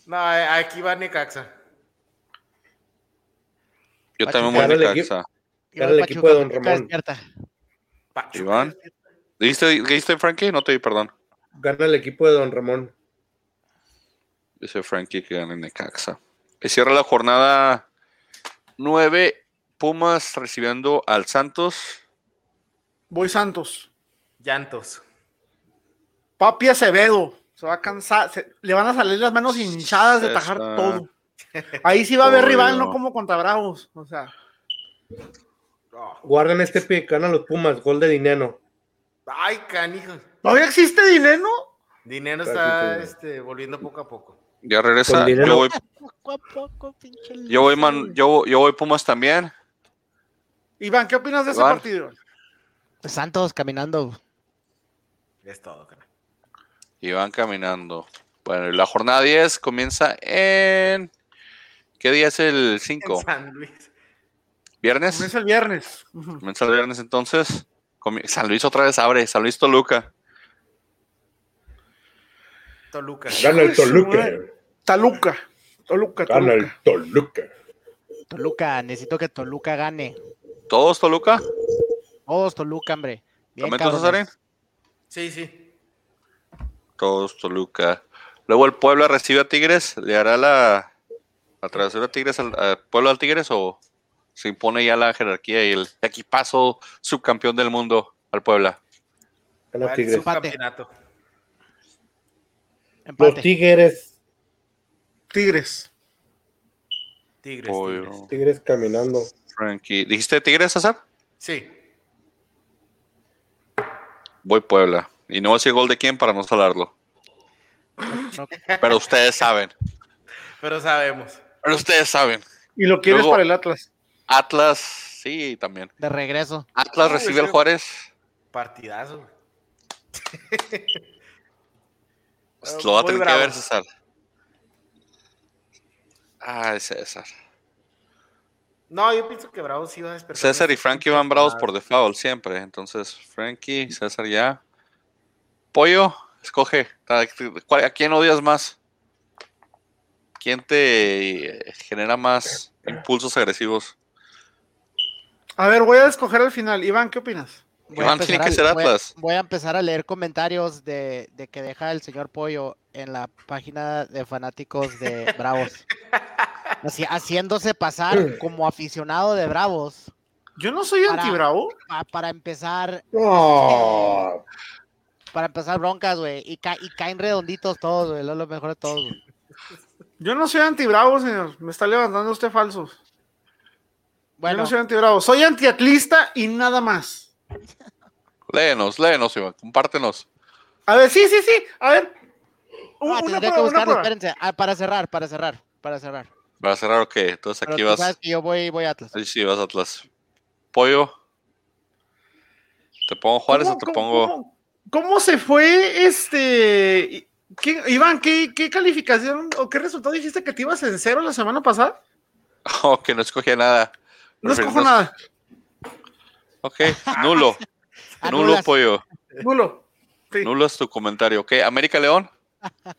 No, aquí va Necaxa. Yo Ah, también voy a Pachuca. Necaxa. Iba Gana el equipo de Don Pachuca Ramón. despierta. Pachuca. Iván. ¿Dijiste, dijiste, Frankie? No te di perdón. Gana el equipo de Don Ramón. Dice Frankie que gana Necaxa. Y cierra la jornada 9. Pumas recibiendo al Santos. Voy Santos. Llantos. Papi Acevedo se va a cansar, se- le van a salir las manos hinchadas de tajar César. todo. Ahí sí va a haber Oye, rival, no no. como contra Bravos. O sea, Oh, Guarden este picano a los Pumas, gol de Dineno. Ay, canijo. ¿Todavía existe dinero? Dinero Casi está todo. este, volviendo poco a poco. Ya regresa. Con dinero. Yo voy, Poco a poco, pinche. yo voy, man- yo, yo voy Pumas también. Iván, ¿qué opinas de ese Iván. partido? Santos caminando. Es todo, carnal. Y van caminando. Bueno, y la jornada 10 comienza en... ¿Qué día es el En 5? San Luis. ¿Viernes? Comienza el viernes. Ujú. Comienza el viernes entonces. Comi- San Luis otra vez abre. San Luis Toluca. Toluca. Gana el Hijo de su Toluca. madre. Taluca. Toluca, Gana el Toluca. Toluca. Toluca, necesito que Toluca gane. ¿Todos Toluca? Todos Toluca, hombre. Bien, ¿También todos cabrones. César? Sí, sí. Todos Toluca. Luego el Puebla recibe a Tigres. ¿Le hará la, la travesura a Tigres al a Puebla al Tigres o se impone ya la jerarquía y el equipazo subcampeón del mundo al Puebla? Gana Vale, Tigres. su campeonato. Los Empate. Tigres. Tigres. Tigres. Pollo. Tigres. Tigres caminando. Frankie. ¿Dijiste Tigres, César? Sí. Voy Puebla. Y no voy a decir gol de quién para no salarlo. No, Pero ustedes saben. Pero sabemos. Pero ustedes saben. Y lo quieres Luego- para el Atlas. Atlas, sí, también. de regreso. Atlas Sí, recibe sí. al Juárez. Partidazo. güey. Lo va a Ah, Muy tener que bravo. ver, César. Ay, César. No, yo pienso que Bravo sí va a despertar. César y Frankie van bravos por Ah, default siempre. Entonces, Frankie, César ya. Pollo, escoge. ¿A cuál- a quién odias más? ¿Quién te eh, genera más impulsos agresivos? A ver, voy a escoger al final. Iván, ¿qué opinas? Voy a Iván, tiene empezar que ser a- voy a- Atlas. Voy a empezar a leer comentarios de, de que deja el señor Pollo en la página de fanáticos de Bravos. Así, haciéndose pasar como aficionado de Bravos. Yo no soy Para- anti-bravo. Pa- para empezar, este, No. para empezar broncas, güey. Y, ca- y caen redonditos todos, güey. Lo, lo mejor de todos, güey. Yo no soy anti-bravo, señor. Me está levantando usted falso. Yo Bueno, no soy anti-bravo. Soy antiatlista y nada más. Léenos, léenos, Iván. Compártenos. A ver, sí, sí, sí. A ver. Un- ah, tendría una prueba, que una buscarlo, prueba. espérense. Ah, para cerrar, para cerrar, para cerrar. Para cerrar, ok. Entonces Pero aquí tú sabes vas. que yo voy, voy a Atlas. Sí, sí, vas Atlas. Pollo. ¿Te pongo Juárez o ¿Cómo- te cómo- pongo cómo- ¿Cómo se fue este? ¿Qué- Iván, ¿qué, qué calificación o qué resultado dijiste que te ibas en cero la semana pasada? [LAUGHS] Oh, que no escogí nada? No escojo Preferiendo- nada. Ok, nulo. nulo, Anulas. pollo. Nulo. Sí. Nulo es tu comentario. Ok, América León. Me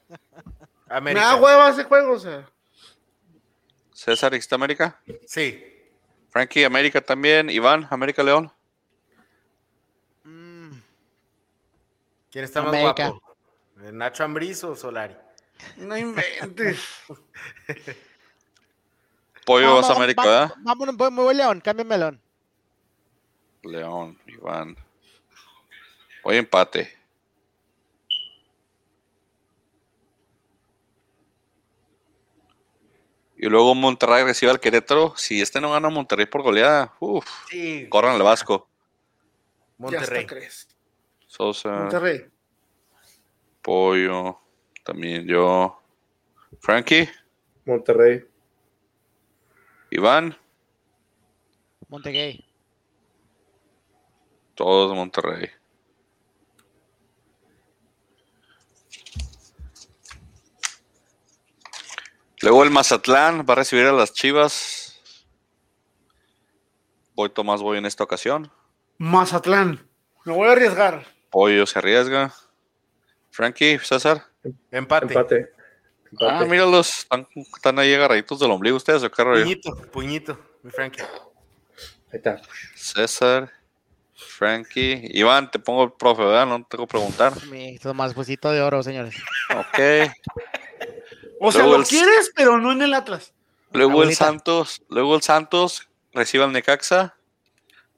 América. da hueva ese juego, o sea. César, ¿dijiste América? Sí. Frankie, América también. Iván, América León. Mm, ¿Quién está más América. guapo? ¿Nacho Ambriz o Solari? No [LAUGHS] inventes. Pollo, vas vamos, a América, vamos, ¿verdad? Vámonos, voy, voy León, cámbiame a León. León, Iván. Hoy empate. Y luego Monterrey recibe al Querétaro. Si este no gana Monterrey por goleada, uff, Sí. corran al Vasco. Ya Monterrey. está, crees. Sosa, Monterrey. Pollo, también yo. Frankie, Monterrey. Iván, Montegay. todos de Monterrey. Luego el Mazatlán va a recibir a las Chivas. Voy Tomás Boy en esta ocasión. Mazatlán. Me voy a arriesgar. Pollo se arriesga. Frankie, César. Empate. Empate. Ah, Empate. míralos. Están, están ahí agarraditos del ombligo ustedes. ¿o qué rollo? Puñito, puñito, mi Frankie. Ahí está. César, Frankie. Iván, te pongo el profe, ¿verdad? No tengo que preguntar. Mi Tomás Huesito de Oro, señores. Ok. O sea, Luego lo el- quieres, pero no en el Atlas. Luego el Abuelita. Santos, luego el Santos recibe al Necaxa.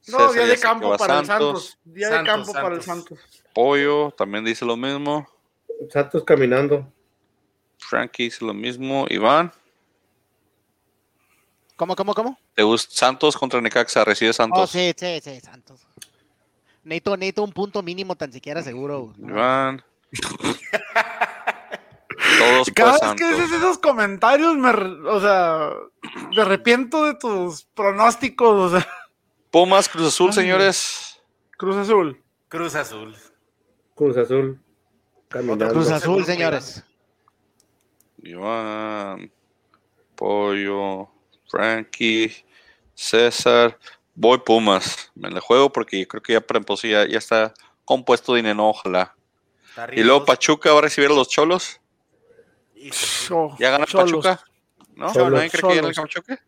No, César día ya de sé que campo va para el Santos. Día Santos, de campo para el Santos. Santos. Pollo también dice lo mismo. Santos caminando. Frankie dice lo mismo. Iván, ¿Cómo, cómo, cómo? ¿Te gusta Santos contra Necaxa? Recibe Santos. Oh, sí, sí, sí, Santos. Necesito, necesito un punto mínimo tan siquiera seguro. güey. [LAUGHS] Iván. Todos Cada por vez Santos. que dices esos comentarios, me, re- o sea, me arrepiento de tus pronósticos, o sea, Pumas, Cruz Azul, Ay. señores. Cruz Azul. Cruz Azul. Cruz Azul. Caminando. Cruz Santos. Azul, señores. Iván. Pollo. Frankie. César. Voy Pumas. Me la juego porque creo que ya para pues, ya, ya está compuesto de Ineno, ojalá. Está Y luego Ríos. Pachuca va a recibir a los Cholos. Y- Cho- ¿Ya ganó el Cholos. Pachuca? ¿No? Cholos, ¿Nadie cree que gana el Cholos. Pachuca?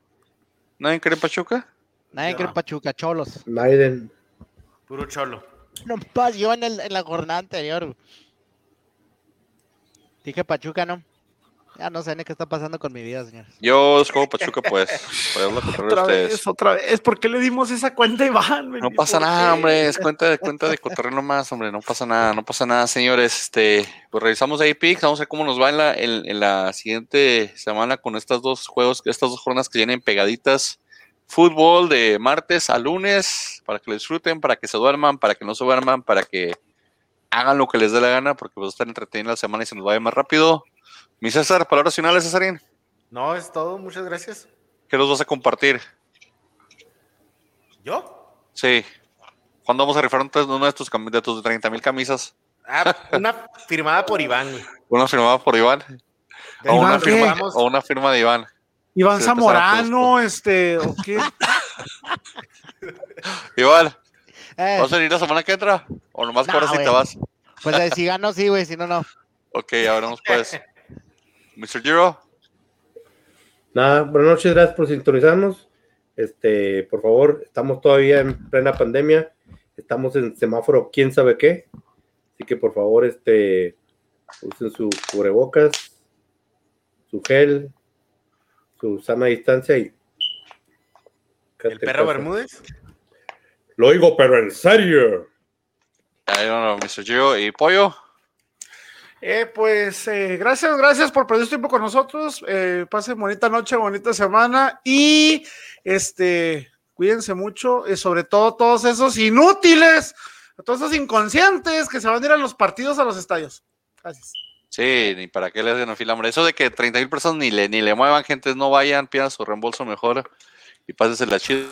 ¿Nadie cree Pachuca? Nadie cree en No. Pachuca, cholos. [LAUGHS] Maiden. Puro cholo. No pasó en, el- en la jornada anterior. güey. Dije Pachuca, ¿no? Ya no sé ni qué está pasando con mi vida, señores. Yo juego Pachuca, pues. [LAUGHS] Para la contraria a Otra ustedes. vez, otra vez. ¿Por qué le dimos esa cuenta a Iván? este No [LAUGHS] Benito? pasa ¿Por nada, qué? hombre, es cuenta de cuenta de cotorreo nomás, hombre, no pasa nada, no pasa nada, señores. Este, pues revisamos ahí picks, vamos a ver cómo nos va en la, en, en la siguiente semana con estas dos juegos, estas dos jornadas que vienen pegaditas. Fútbol de martes a lunes, para que lo disfruten, para que se duerman, para que no se duerman, para que hagan lo que les dé la gana, porque pues están entretenidos la semana y se nos vaya más rápido. Mi César, palabras finales, Cesarín, No, es todo. Muchas gracias. ¿qué nos vas a compartir? ¿Yo? Sí. ¿Cuándo vamos a rifar un- uno de tus, cami- de tus 30 mil camisas? Ah, una firmada por Iván. güey. Una firmada por Iván. O [LAUGHS] Iván, una, ¿qué? firma, o una firma de Iván. Iván Se Zamorano, pues. este, ¿o qué? Iván, Eh, ¿vas a venir la semana que entra? ¿O nomás Nah, cobras y te güey. vas? pues eh, si gano, sí, güey, si no, no. Ok, ya veremos pues. Mr. Giro, Nada, buenas noches, gracias por sintonizarnos. Este, por favor, estamos todavía en plena pandemia, estamos en semáforo quién sabe qué. Así que por favor, este, usen su cubrebocas, su gel, su sana distancia y. El Quédate [LAUGHS] en perro casa. Bermúdez. Lo digo, pero en serio. ahí van los Mr. Giro y Pollo. Eh, pues eh, gracias, gracias por perder su tiempo con nosotros. Eh, pasen bonita noche, bonita semana y este, cuídense mucho, eh, sobre todo todos esos inútiles, a todos esos inconscientes que se van a ir a los partidos, a los estadios. Gracias. Sí, ni para qué le hacen fila, hombre. Eso de que 30 mil personas ni le, ni le muevan, gente, no vayan, pidan su reembolso mejor y pásensela chido.